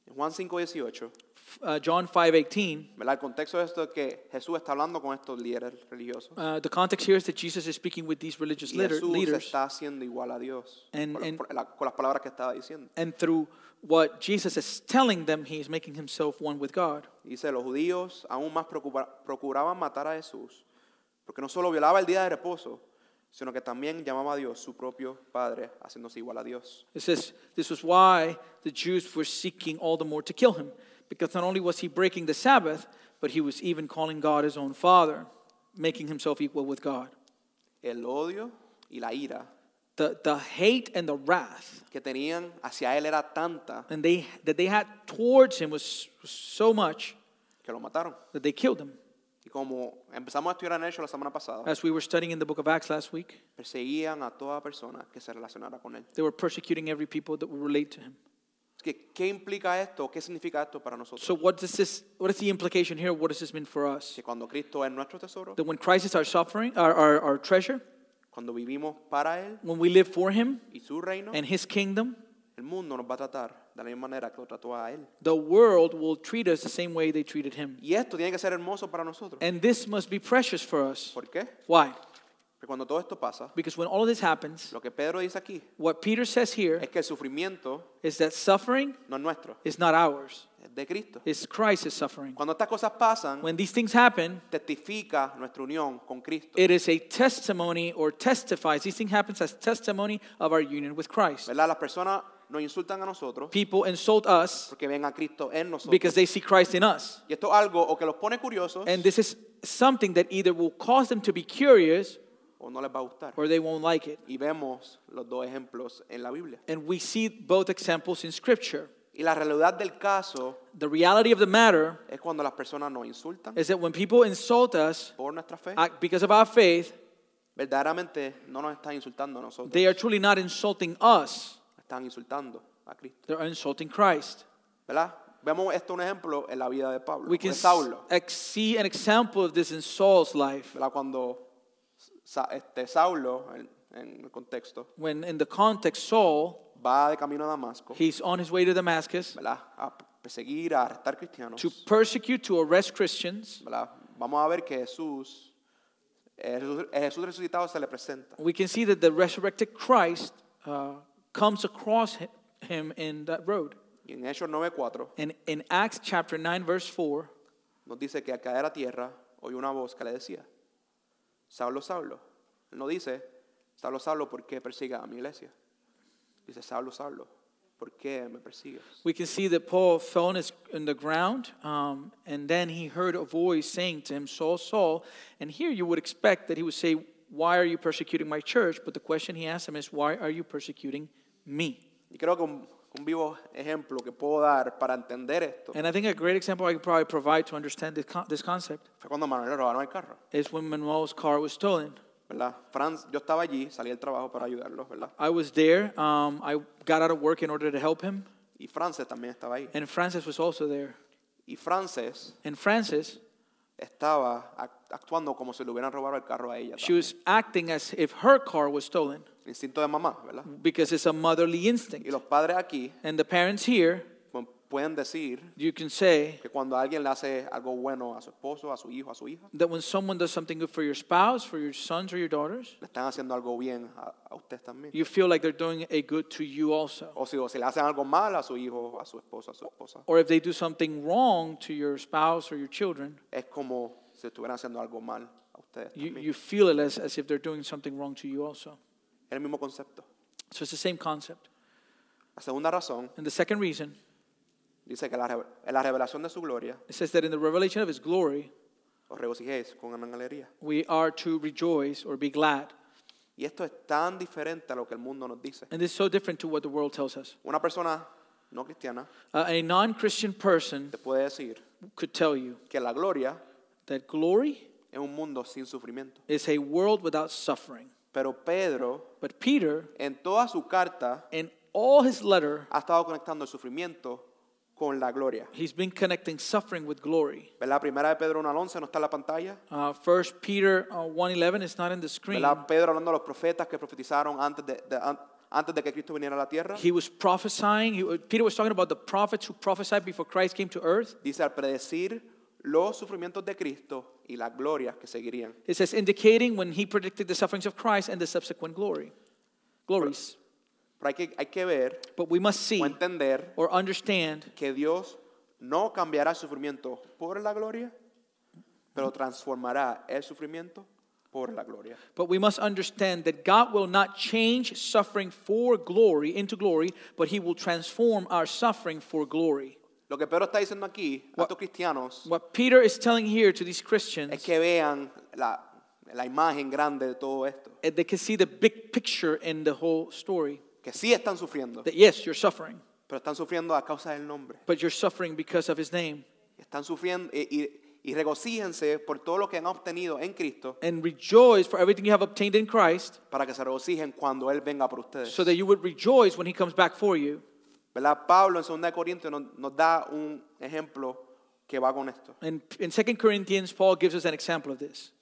S2: En Juan 5:18,
S3: F- Uh, John 5:18.
S2: ¿verdad? El contexto de esto es que Jesús está hablando con estos líderes religiosos.
S3: Uh, the context here is that Jesus is speaking with these religious
S2: Y
S3: leader-
S2: Jesús
S3: leaders,
S2: está haciendo igual a Dios
S3: And-
S2: con, las-
S3: and-
S2: por la- con las palabras que estaba diciendo.
S3: and through what Jesus is telling them, he is making himself one with God.
S2: Dice, los judíos aún más preocupa- procuraban matar a Jesús, porque no solo violaba el día de reposo, sino que también llamaba a Dios su propio Padre, haciéndose igual a Dios.
S3: It says this was why the Jews were seeking all the more to kill him, because not only was he breaking the Sabbath, but he was even calling God his own Father, making himself equal with God.
S2: el odio y la ira
S3: The, the hate and the wrath
S2: que tenían hacia él era tanta
S3: and they, that they had towards him was so much
S2: que lo mataron.
S3: that they killed him.
S2: Y como empezamos a estudiar en Hechos la semana pasada,
S3: As we were studying in the book of Acts last week,
S2: perseguían a toda persona que se relacionara con él.
S3: they were persecuting every people that would relate to him.
S2: Es que, ¿Qué implica esto? ¿Qué significa esto para nosotros?
S3: So what does this what is the implication here? What does this mean for us?
S2: que cuando Cristo es nuestro tesoro,
S3: That when Christ is our suffering, our, our, our treasure,
S2: cuando vivimos para Él
S3: when we live for him
S2: y su reino,
S3: and his kingdom,
S2: el mundo nos va a tratar de la misma manera que lo trató a Él.
S3: the world will treat us the same way they treated him.
S2: Y esto tiene que ser hermoso para nosotros.
S3: And this must be precious for us.
S2: ¿Por qué?
S3: Why?
S2: Porque cuando todo esto pasa,
S3: Because when all of this happens,
S2: lo que Pedro dice aquí
S3: what Peter says here
S2: es que el sufrimiento
S3: is that suffering
S2: no es nuestro,
S3: is not ours.
S2: es de Cristo.
S3: It's Christ's suffering.
S2: Cuando estas cosas pasan,
S3: When these things happen,
S2: testifica nuestra unión con Cristo.
S3: it is a testimony or testifies. These things happens as testimony of our union with Christ.
S2: ¿Verdad? Las personas nos insultan a nosotros
S3: People insult us
S2: porque ven a Cristo en nosotros.
S3: because they see Christ in us.
S2: Y esto es algo o que los pone curiosos
S3: And this is something that either will cause them to be curious
S2: o no les va a gustar.
S3: or they won't like it.
S2: Y vemos los dos ejemplos en la Biblia.
S3: And we see both examples in Scripture.
S2: Y la realidad del caso
S3: The reality of the matter
S2: es cuando las personas nos insultan
S3: is that when people insult us
S2: por nuestra fe,
S3: uh, because of our faith,
S2: verdaderamente no nos están insultando a nosotros,
S3: they are truly not insulting us,
S2: están insultando a Cristo.
S3: they're insulting Christ.
S2: ¿Verdad? Vemos esto un ejemplo en la vida de Pablo,
S3: We can
S2: de
S3: s-
S2: Saulo.
S3: ex- see an example of this in Saul's life.
S2: ¿Verdad? Cuando Sa- este, Saulo, en, en el contexto,
S3: When, in the context, Saul,
S2: va de camino a Damasco,
S3: he's on his way to Damascus
S2: ¿verdad? A perseguir, a arrestar cristianos.
S3: to persecute, to arrest Christians.
S2: ¿verdad? Vamos a ver que Jesús, eh, Jesús, eh, Jesús resucitado se le presenta.
S3: we can see that the resurrected Christ uh, comes across hi- him in that road.
S2: Y en Hechos 9:4
S3: And in Acts chapter 9, verse 4,
S2: nos dice que al caer a tierra oyó una voz que le decía, Saulo, Saulo. Él no dice, Saulo, Saulo, ¿por qué persigues a mi iglesia? Dice, Saulo, Saulo, ¿por qué me persigues?
S3: we can see that Paul fell on, his, on the ground, um, and then he heard a voice saying to him, Saul, Saul. And here you would expect that he would say, Why are you persecuting my church? But the question he asked him is, Why are you persecuting me?
S2: Y creo que un, un vivo ejemplo que puedo dar para entender esto
S3: And I think a great example I could probably provide to understand this, con- this concept
S2: fue cuando a Manuel le robaron el carro,
S3: is when Manuel's car was stolen.
S2: ¿verdad? Franz, yo estaba allí, salí del trabajo para ayudarlos, ¿verdad?
S3: I was there. Um, I got out of work in order to help him.
S2: Y Frances también estaba ahí.
S3: And Francis was also there.
S2: Y Frances
S3: And Francis,
S2: estaba ac- actuando como si le hubieran robado el carro a ella.
S3: she was acting as if her car was stolen
S2: El instinto de mamá, ¿verdad?
S3: because it's a motherly instinct.
S2: Y los padres aquí
S3: And the parents here,
S2: pu- pueden decir
S3: you can say
S2: que cuando alguien le hace algo bueno a su esposo, a su hijo, a su hija,
S3: that when someone does something good for your spouse, for your sons or your daughters,
S2: le están haciendo algo bien a, a usted también.
S3: you feel like they're doing a good to you also.
S2: O si, o si le hacen algo mal a su hijo, a su esposo, a su esposa,
S3: Or if they do something wrong to your spouse or your children,
S2: es como si estuvieran haciendo algo mal a ustedes
S3: you,
S2: también.
S3: you feel it as, as if they're doing something wrong to you also.
S2: Es el mismo concepto.
S3: So it's the same concept.
S2: La segunda razón
S3: And the second reason,
S2: dice que la, re- en la revelación de su gloria
S3: it says that in the revelation of his glory,
S2: os regocijéis con alegría.
S3: we are to rejoice or be glad.
S2: Y esto es tan diferente a lo que el mundo nos dice.
S3: And this is so different to what the world tells us.
S2: Una persona no cristiana
S3: Uh, a non Christian person
S2: te puede decir
S3: could tell you
S2: que la gloria
S3: that glory
S2: es un mundo sin sufrimiento.
S3: is a world without suffering.
S2: Pero Pedro,
S3: But Peter,
S2: en toda su carta,
S3: in all his letter,
S2: ha estado conectando el sufrimiento con la gloria.
S3: he's been connecting suffering with glory.
S2: ¿Verdad? Primera de Pedro 1.11 no está en la pantalla.
S3: Uh, First Peter uh, 1.11 is not in the screen.
S2: ¿Verdad? Pedro hablando de los profetas que profetizaron antes de, de- an- antes de que Cristo viniera a la tierra.
S3: He was prophesying. He, uh, Peter was talking about the prophets who prophesied before Christ came to earth.
S2: Dice al predecir los sufrimientos de Cristo y las glorias que seguirían.
S3: It says, indicating when he predicted the sufferings of Christ and the subsequent glory, glories.
S2: Pero hay que, hay que ver
S3: But we must see
S2: o entender
S3: or understand
S2: que Dios no cambiará el sufrimiento por la gloria, pero transformará el sufrimiento por la gloria.
S3: But we must understand that God will not change suffering for glory into glory, but He will transform our suffering for glory.
S2: Lo que Pedro está diciendo aquí a
S3: What-
S2: estos cristianos
S3: What Peter is telling here to these Christians
S2: es que vean la, la imagen grande de todo esto.
S3: And eh, they can see the big picture in the whole story.
S2: Que sí están sufriendo,
S3: That yes, you're suffering,
S2: pero están sufriendo a causa del nombre.
S3: but you're suffering because of his name.
S2: Están sufriendo y, y- y regocíjense por todo lo que han obtenido en Cristo
S3: And rejoice for everything you have obtained in Christ,
S2: para que se regocijen cuando Él venga por ustedes.
S3: so that you would rejoice when he comes back for you.
S2: ¿Verdad? Pablo en 2 de Corintios nos, nos da un ejemplo que va con esto.
S3: And in 2 Corinthians, Paul gives us an example of this.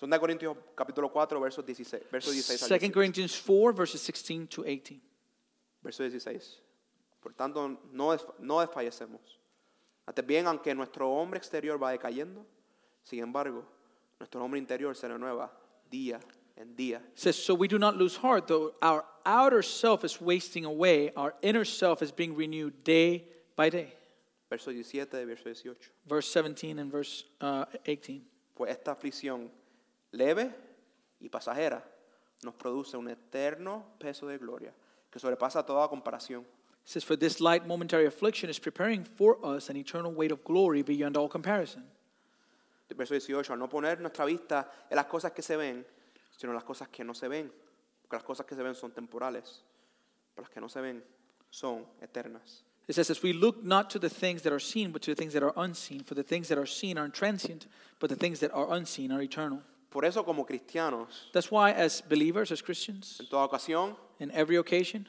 S2: 2 de Corintios capítulo 4, versos 16, verso 16 al
S3: 2
S2: 18.
S3: Corinthians 4, verses 16 to 18.
S2: Verso 16. Por tanto, no, desf- no desfallecemos. Antes bien, aunque nuestro hombre exterior va decayendo, sin embargo, nuestro hombre interior se renueva día en día.
S3: It says, So we do not lose heart, though our outer self is wasting away, our inner self is being renewed day by day.
S2: Verso 17, verso 18.
S3: Verse 17 and verse uh, 18.
S2: Pues esta aflicción leve y pasajera nos produce un eterno peso de gloria que sobrepasa toda comparación.
S3: It says, For this light momentary affliction is preparing for us an eternal weight of glory beyond all comparison.
S2: Verso 18, al no poner nuestra vista en las cosas que se ven, sino en las cosas que no se ven. Porque las cosas que se ven son temporales, pero las que no se ven son eternas.
S3: It says, As we look not to the things that are seen, but to the things that are unseen. For the things that are seen are transient, but the things that are unseen are eternal.
S2: Por eso como cristianos,
S3: That's why, as believers, as Christians,
S2: en toda ocasión,
S3: in every occasion,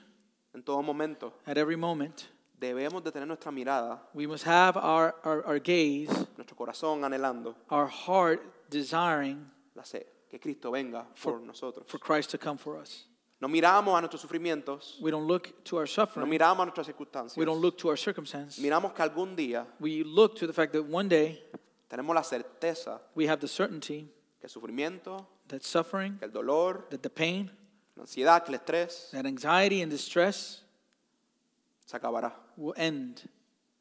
S2: en todo momento,
S3: at every moment,
S2: debemos de tener nuestra mirada,
S3: we must have our, our, our gaze,
S2: nuestro corazón anhelando
S3: our heart desiring
S2: la sed, que Cristo venga por nosotros.
S3: for Christ to come for us.
S2: No miramos a nuestros sufrimientos,
S3: We don't look to our
S2: no
S3: suffering,
S2: miramos a nuestras circunstancias.
S3: we don't look to our circumstance.
S2: Miramos que algún día
S3: We look to the fact that one day
S2: tenemos la certeza
S3: we have the certainty
S2: que el sufrimiento,
S3: that suffering,
S2: que el dolor,
S3: that the pain,
S2: la ansiedad, que el estrés
S3: that anxiety and distress
S2: se acabará.
S3: will end.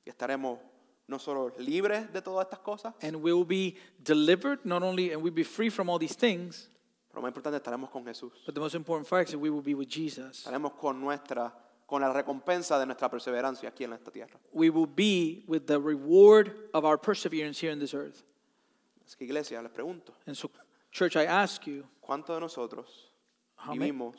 S2: Y estaremos no solo libres de todas estas cosas,
S3: And we will be delivered not only, and we'll be free from all these things,
S2: pero más importante, estaremos con Jesús.
S3: but the most important fact is we will be with Jesus.
S2: Estaremos con nuestra, con la recompensa de nuestra perseverancia aquí en esta tierra.
S3: We will be with the reward of our perseverance here in this earth.
S2: Así que, iglesia, les pregunto,
S3: And so, church, I ask you,
S2: ¿cuántos de nosotros
S3: Amén.
S2: vivimos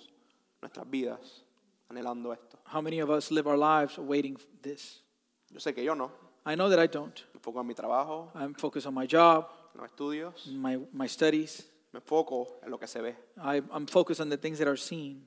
S2: nuestras vidas anhelando esto?
S3: how many of us live our lives awaiting this?
S2: Yo sé que yo no.
S3: I know that I don't.
S2: Me enfoco en mi trabajo,
S3: I'm focused on my job,
S2: en los estudios,
S3: my, my studies.
S2: me enfoco en lo que se ve,
S3: I, I'm focused on the things that are seen,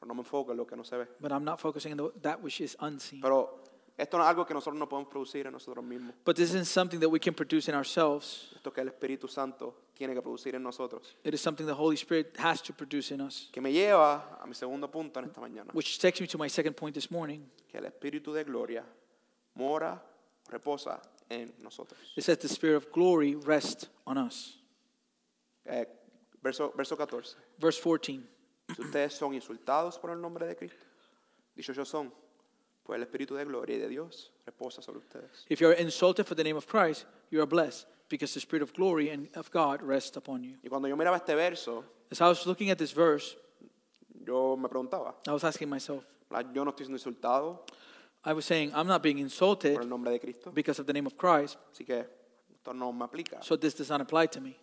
S2: pero no me enfoco en lo que no se ve.
S3: but I'm not focusing on the, that which is unseen.
S2: Pero esto no es algo que nosotros no podemos producir en nosotros mismos.
S3: But this isn't something that we can produce in ourselves.
S2: Esto que el Espíritu Santo tiene que producir en nosotros.
S3: It is something the Holy Spirit has to produce in us.
S2: Que me lleva a mi segundo punto en esta mañana.
S3: Which takes me to my second point this morning.
S2: Que el Espíritu de gloria mora, reposa en nosotros.
S3: It says the Spirit of glory rests on us.
S2: Eh, verso, verso 14.
S3: Verse 14.
S2: Si ustedes son insultados por el nombre de Cristo, dichosos son, pues el Espíritu de gloria y de Dios reposa sobre ustedes.
S3: If you are insulted for the name of Christ, you are blessed because the Spirit of glory and of God rests upon you.
S2: Y cuando yo miraba este verso,
S3: As I was looking at this verse,
S2: yo me preguntaba,
S3: I was asking myself,
S2: ¿verdad? yo no estoy siendo insultado
S3: I was saying, I'm not being
S2: por
S3: insulted
S2: el nombre de Cristo,
S3: because of the name of Christ,
S2: así que esto no me aplica.
S3: so this does not apply to me.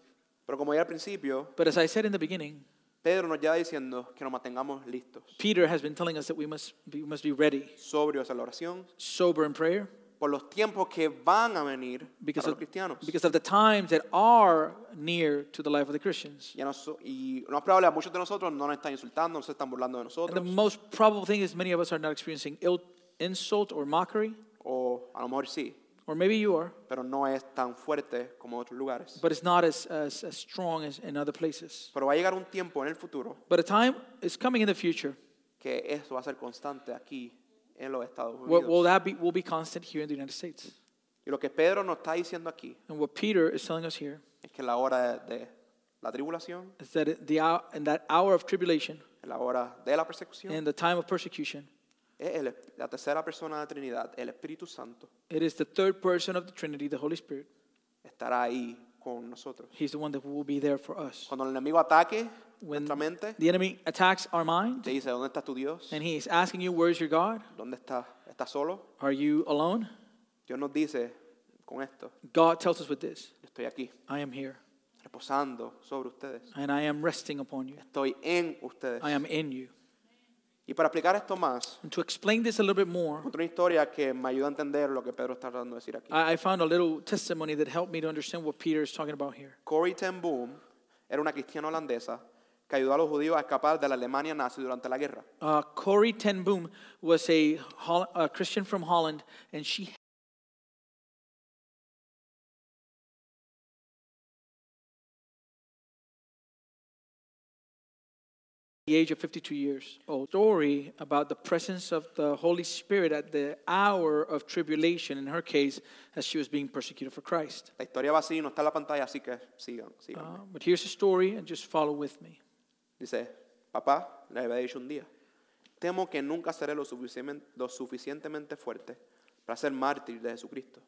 S2: Pero como ya al principio,
S3: But as I said in the beginning,
S2: Pedro nos lleva diciendo que nos mantengamos listos,
S3: Peter has been telling us that we must be, must be ready,
S2: sobrios en la oración,
S3: sober in prayer,
S2: por los tiempos que van a venir
S3: because
S2: para los
S3: of,
S2: cristianos.
S3: because of the times that are near to the life of the Christians.
S2: Y, a noso- y lo más probable, a muchos de nosotros no nos están insultando, no se están burlando de
S3: And the
S2: nosotros,
S3: most probable thing is many of us are not experiencing ill, insult or mockery,
S2: o a lo mejor sí,
S3: or maybe you are,
S2: pero no es tan fuerte como en otros lugares.
S3: but it's not as, as, as strong as in other places.
S2: Pero va a llegar un tiempo en el futuro
S3: But a time is coming in the future
S2: que eso va a ser constante aquí en los Estados
S3: where, will
S2: Unidos.
S3: that be, will be constant here in the United States.
S2: Y lo que Pedro nos está diciendo aquí
S3: And what Peter is telling us here
S2: es que la hora de, de la tribulación,
S3: is that at the hour, in that hour of tribulation,
S2: la hora de la persecución,
S3: in the time of persecution,
S2: Es el esp- la tercera persona de la Trinidad, el Espíritu Santo,
S3: it is the third person of the Trinity, the Holy Spirit.
S2: estará ahí con nosotros.
S3: He's the one that will be there for us.
S2: Cuando el enemigo ataque
S3: When
S2: nuestra mente,
S3: the enemy attacks our
S2: te
S3: mind
S2: dice, ¿dónde está tu Dios?
S3: and he's asking you, Where's your God?
S2: ¿Dónde estás? ¿Estás solo?
S3: Are you alone?
S2: Dios nos dice con esto,
S3: God tells us with this
S2: yo estoy aquí,
S3: I am here.
S2: reposando sobre ustedes.
S3: and I am resting upon you.
S2: Estoy en ustedes.
S3: I am in you.
S2: Y para explicar esto más,
S3: And to explain this a little bit more,
S2: encontré una historia que me ayuda a entender lo que Pedro está tratando de decir aquí.
S3: I, I found a little testimony that helped me to understand what Peter is talking about here.
S2: Corrie ten Boom era una cristiana holandesa que ayudó a los judíos a escapar de la Alemania nazi durante la guerra.
S3: Uh, Corrie Ten Boom was a, Hol- a Christian from Holland, and she the age of 52 years old story about the presence of the holy spirit at the hour of tribulation in her case as she was being persecuted for christ
S2: La historia va así, no está en la pantalla, así que sigan, sigan.
S3: Uh, but here's the story and just follow with me
S2: Dice, papá le había dicho un día, temo que nunca seré lo, suficiemen- lo suficientemente fuerte para ser mártir de Jesucristo.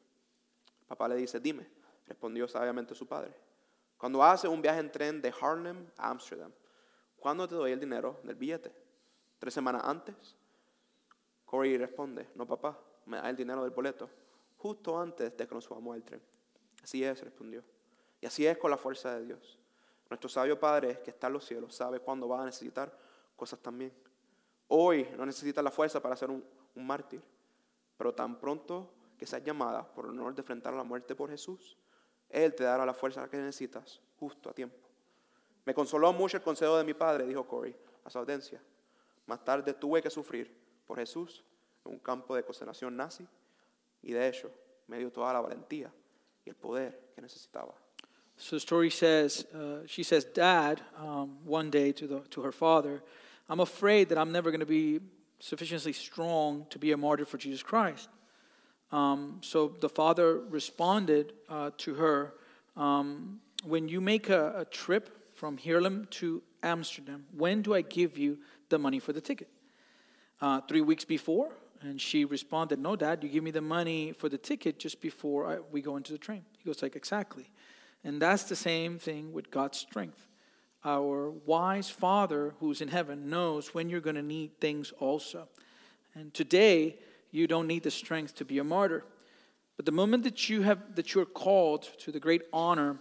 S2: Papá le dice, dime, respondió sabiamente su padre, cuando haces un viaje en tren de Harlem a Ámsterdam, ¿cuándo te doy el dinero del billete? ¿Tres semanas antes? Corey responde, no papá, me da el dinero del boleto, justo antes de que nos subamos al tren. Así es, respondió. Y así es con la fuerza de Dios. Nuestro sabio Padre que está en los cielos sabe cuándo va a necesitar cosas también. Hoy no necesitas la fuerza para ser un, un mártir, pero tan pronto que seas llamada por el honor de enfrentar la muerte por Jesús, Él te dará la fuerza que necesitas justo a tiempo. Me consoló mucho el consejo de mi padre, dijo Corey a su audiencia. Más tarde tuve que sufrir por Jesús en un campo de concentración nazi y de hecho me dio toda la valentía y el poder que necesitaba.
S3: So the story says, uh, she says, Dad, um, one day to, the, to her father, I'm afraid that I'm never going to be sufficiently strong to be a martyr for Jesus Christ. Um, so the father responded uh, to her, um, When you make a, a trip from Haarlem to Amsterdam, when do I give you the money for the ticket? uh, three weeks before? And she responded, No, Dad, you give me the money for the ticket just before I, we go into the train. He goes, like, exactly. And that's the same thing with God's strength. Our wise Father who's in heaven knows when you're going to need things also. And today, you don't need the strength to be a martyr. But the moment that you have that you're called to the great honor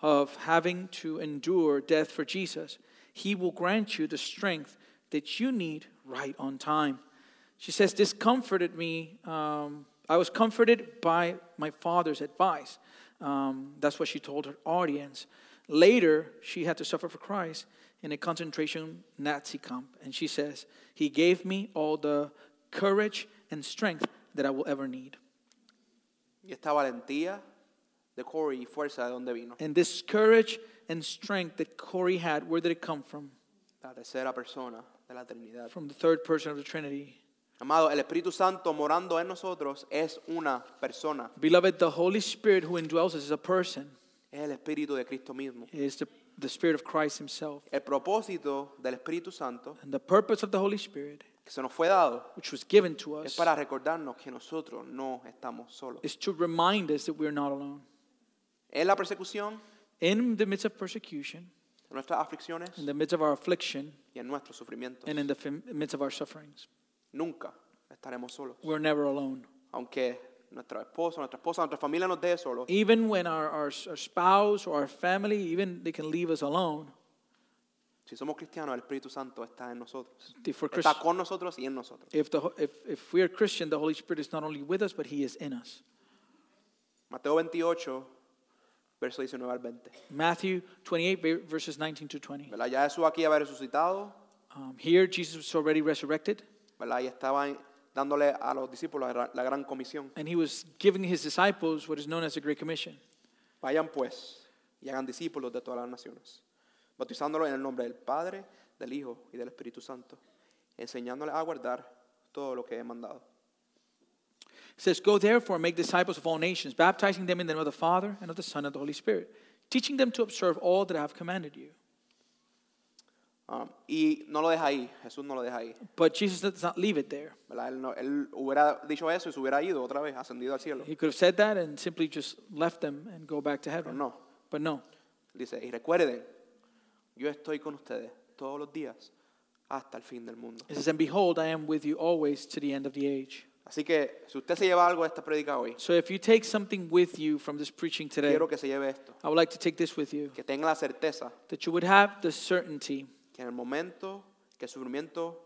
S3: of having to endure death for Jesus, he will grant you the strength that you need right on time. She says, This comforted me. Um, I was comforted by my father's advice. Um, that's what she told her audience. Later, she had to suffer for Christ in a concentration Nazi camp. And she says, He gave me all the courage and strength that I will ever need.
S2: Y esta valentía de Corey y fuerza de dónde vino.
S3: And this courage and strength that Corey had, where did it come from?
S2: La tercera persona de la Trinidad.
S3: From the third person of the Trinity.
S2: Amado, el Espíritu Santo morando en nosotros es una persona.
S3: Beloved, the Holy Spirit who indwells us is a person,
S2: Es el Espíritu de Cristo mismo.
S3: It is the, the Spirit of Christ Himself.
S2: El propósito del Espíritu Santo
S3: And the purpose of the Holy Spirit,
S2: que se nos fue dado
S3: which was given to
S2: es
S3: us,
S2: para recordarnos que nosotros no estamos solos.
S3: is to remind us that we're not alone.
S2: En la persecución,
S3: In the midst of persecution,
S2: en nuestras aflicciones
S3: in the midst of our affliction,
S2: y en nuestros sufrimientos,
S3: and in the fam- midst of our sufferings,
S2: nunca estaremos solos.
S3: we're never alone.
S2: Aunque nuestro esposo, nuestra esposa, nuestra familia nos deje solos,
S3: Even when our, our, our spouse or our family, even they can leave us alone,
S2: si somos cristianos, el Espíritu Santo está en nosotros.
S3: If we're
S2: Está
S3: Christ-
S2: con nosotros y en nosotros.
S3: if, the, if, if we are Christian, the Holy Spirit is not only with us, but He is in us.
S2: Mateo 28, verso 19 al 20.
S3: Matthew 28, ve- verses 19 to 20.
S2: ¿Verdad? Ya Jesús aquí había resucitado,
S3: Um, here, Jesus was already resurrected,
S2: ¿verdad? Y estaba en- dándole a los discípulos la gran- la gran comisión.
S3: and He was giving His disciples what is known as the Great Commission.
S2: Vayan pues y hagan discípulos de todas las naciones, bautizándolos en el nombre del Padre, del Hijo y del Espíritu Santo, enseñándoles a guardar todo lo que he mandado.
S3: It says, Go therefore, and make disciples of all nations, baptizing them in the name of the Father, and of the Son, and of the Holy Spirit, teaching them to observe all that I have commanded you.
S2: Um, y no lo deja ahí, Jesús no lo deja ahí.
S3: But Jesus does not leave it there.
S2: ¿verdad? Él, no- él hubiera dicho eso y se hubiera ido otra vez, ascendido al cielo.
S3: He could have said that and simply just left them and go back to heaven.
S2: no.
S3: But no.
S2: Dice, y recuerden, yo estoy con ustedes todos los días hasta el fin del mundo.
S3: It says, And behold, I am with you always to the end of the age.
S2: Así que si usted se lleva algo de esta predica hoy,
S3: So if you take something with you from this preaching today,
S2: quiero que se lleve esto.
S3: I would like to take this with you
S2: Que tenga la certeza
S3: that you would have the certainty
S2: que en el momento que el sufrimiento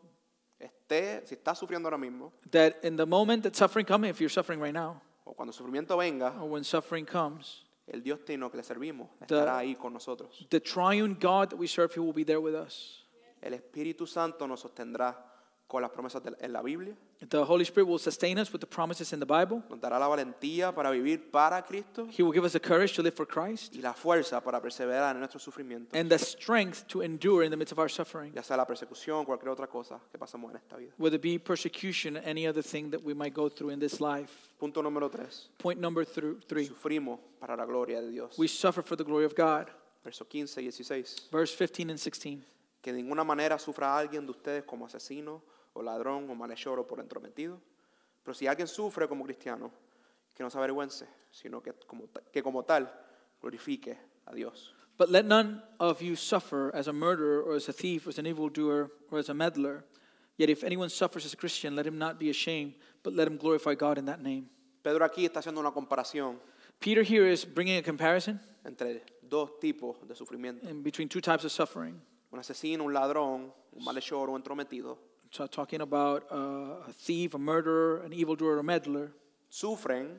S2: esté, si está sufriendo ahora mismo,
S3: that in the moment that suffering comes, if you're suffering right now,
S2: o cuando el sufrimiento venga,
S3: or when suffering comes,
S2: el Dios Tino que le servimos
S3: The-
S2: estará ahí con nosotros.
S3: the triune God that we serve, He will be there with us.
S2: El Espíritu Santo nos sostendrá con las promesas de la- en la Biblia,
S3: The Holy Spirit will sustain us with the promises in the Bible.
S2: nos dará la valentía para vivir para Cristo
S3: He will give us the courage to live for Christ
S2: y la fuerza para perseverar en nuestro sufrimiento,
S3: and the strength to endure in the midst of our suffering,
S2: ya sea la persecución o cualquier otra cosa que pasemos en esta vida.
S3: whether it be persecution, any other thing that we might go through in this life.
S2: Punto número tres.
S3: Point number thru- three
S2: Sufrimos para la gloria de Dios.
S3: we suffer for the glory of God.
S2: Verso 15 y 16.
S3: Verse 15 and 16.
S2: Que de ninguna manera sufra alguien de ustedes como asesino o ladrón o malhechor o por entrometido. Pero si alguien sufre como cristiano, que no se avergüence, sino que como, ta- que como tal glorifique a Dios.
S3: But let none of you suffer as a murderer or as a thief or as an evildoer or as a meddler. Yet if anyone suffers as a Christian, let him not be ashamed, but let him glorify God in that name.
S2: Pedro aquí está haciendo una comparación
S3: Peter here is bringing a comparison
S2: entre dos tipos de sufrimiento.
S3: in between two types of suffering.
S2: Un asesino, un ladrón, un malhechor, un entrometido,
S3: So talking about uh, a thief, a murderer, an evildoer, or a meddler,
S2: sufren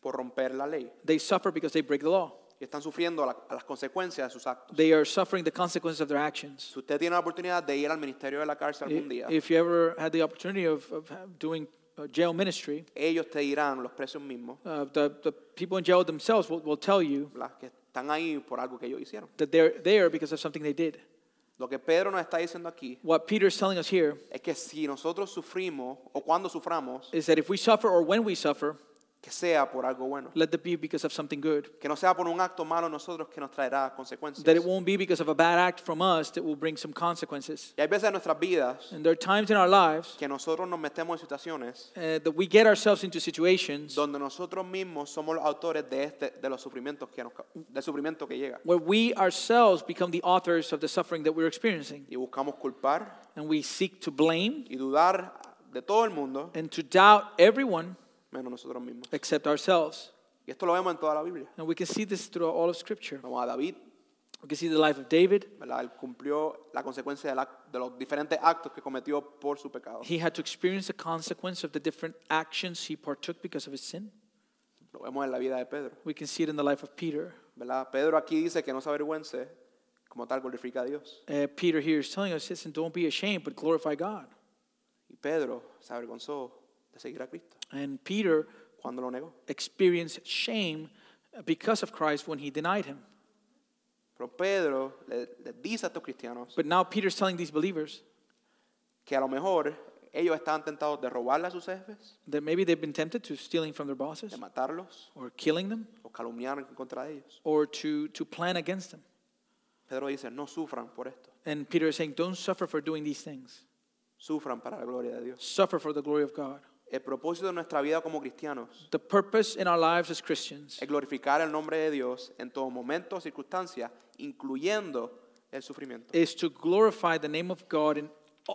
S2: por romper la ley.
S3: they suffer because they break the law.
S2: Y están sufriendo la- las consecuencias de sus actos.
S3: They are suffering the consequences of their actions.
S2: Si usted tiene la oportunidad de ir al ministerio de la cárcel algún día,
S3: If you ever had the opportunity of, of doing uh, jail ministry,
S2: ellos te dirán, los presos mismos,
S3: uh, the, the people in jail themselves will, will tell you
S2: ¿verdad? que están ahí por algo que ellos hicieron.
S3: that they're there because of something they did.
S2: Lo que Pedro nos está diciendo aquí
S3: What Peter is telling us here
S2: es que si nosotros sufrimos o cuando suframos,
S3: is that if we suffer or when we suffer,
S2: que sea por algo bueno.
S3: let that be because of something good.
S2: Que no sea por un acto malo en nosotros que nos traerá consecuencias.
S3: That it won't be because of a bad act from us that will bring some consequences.
S2: Y hay veces en nuestras vidas
S3: And there are times in our lives
S2: que nosotros nos metemos en situaciones
S3: uh, that we get ourselves into situations
S2: donde nosotros mismos somos los autores de, este, de los sufrimientos que nos, ca- del sufrimiento que llega.
S3: where we ourselves become the authors of the suffering that we're experiencing.
S2: Y buscamos culpar
S3: And we seek to blame
S2: y dudar de todo el mundo
S3: and to doubt everyone
S2: menos nosotros mismos.
S3: except ourselves.
S2: Y esto lo vemos en toda la Biblia.
S3: And we can see this throughout all of Scripture.
S2: Vemos a David,
S3: We can see the life of David.
S2: ¿verdad? Él cumplió la consecuencia del ac- de los diferentes actos que cometió por su pecado.
S3: He had to experience the consequence of the different actions he partook because of his sin.
S2: Lo vemos en la vida de Pedro,
S3: We can see it in the life of Peter.
S2: ¿verdad? Pedro aquí dice que no se avergüence, como tal glorifica a Dios.
S3: Uh, Peter here is telling us, listen, don't be ashamed, but glorify God.
S2: Y Pedro se avergonzó de seguir a Cristo
S3: And Peter
S2: cuando lo negó.
S3: experienced shame because of Christ when he denied him.
S2: Pero Pedro le, le dice a estos cristianos
S3: But now Peter's telling these believers
S2: que a lo mejor ellos estaban tentados de robarle a sus jefes,
S3: that maybe they've been tempted to stealing from their bosses
S2: de matarlos
S3: or killing them
S2: o calumniar en contra de ellos.
S3: or to, to plan against them.
S2: Pedro dice, no sufran por esto,
S3: And Peter is saying, don't suffer for doing these things.
S2: sufran para la gloria de Dios.
S3: Suffer for the glory of God.
S2: El propósito de nuestra vida como cristianos
S3: The purpose in our lives as Christians
S2: es glorificar el nombre de Dios en todo momento, circunstancia, incluyendo el sufrimiento.
S3: is to glorify the name of God in,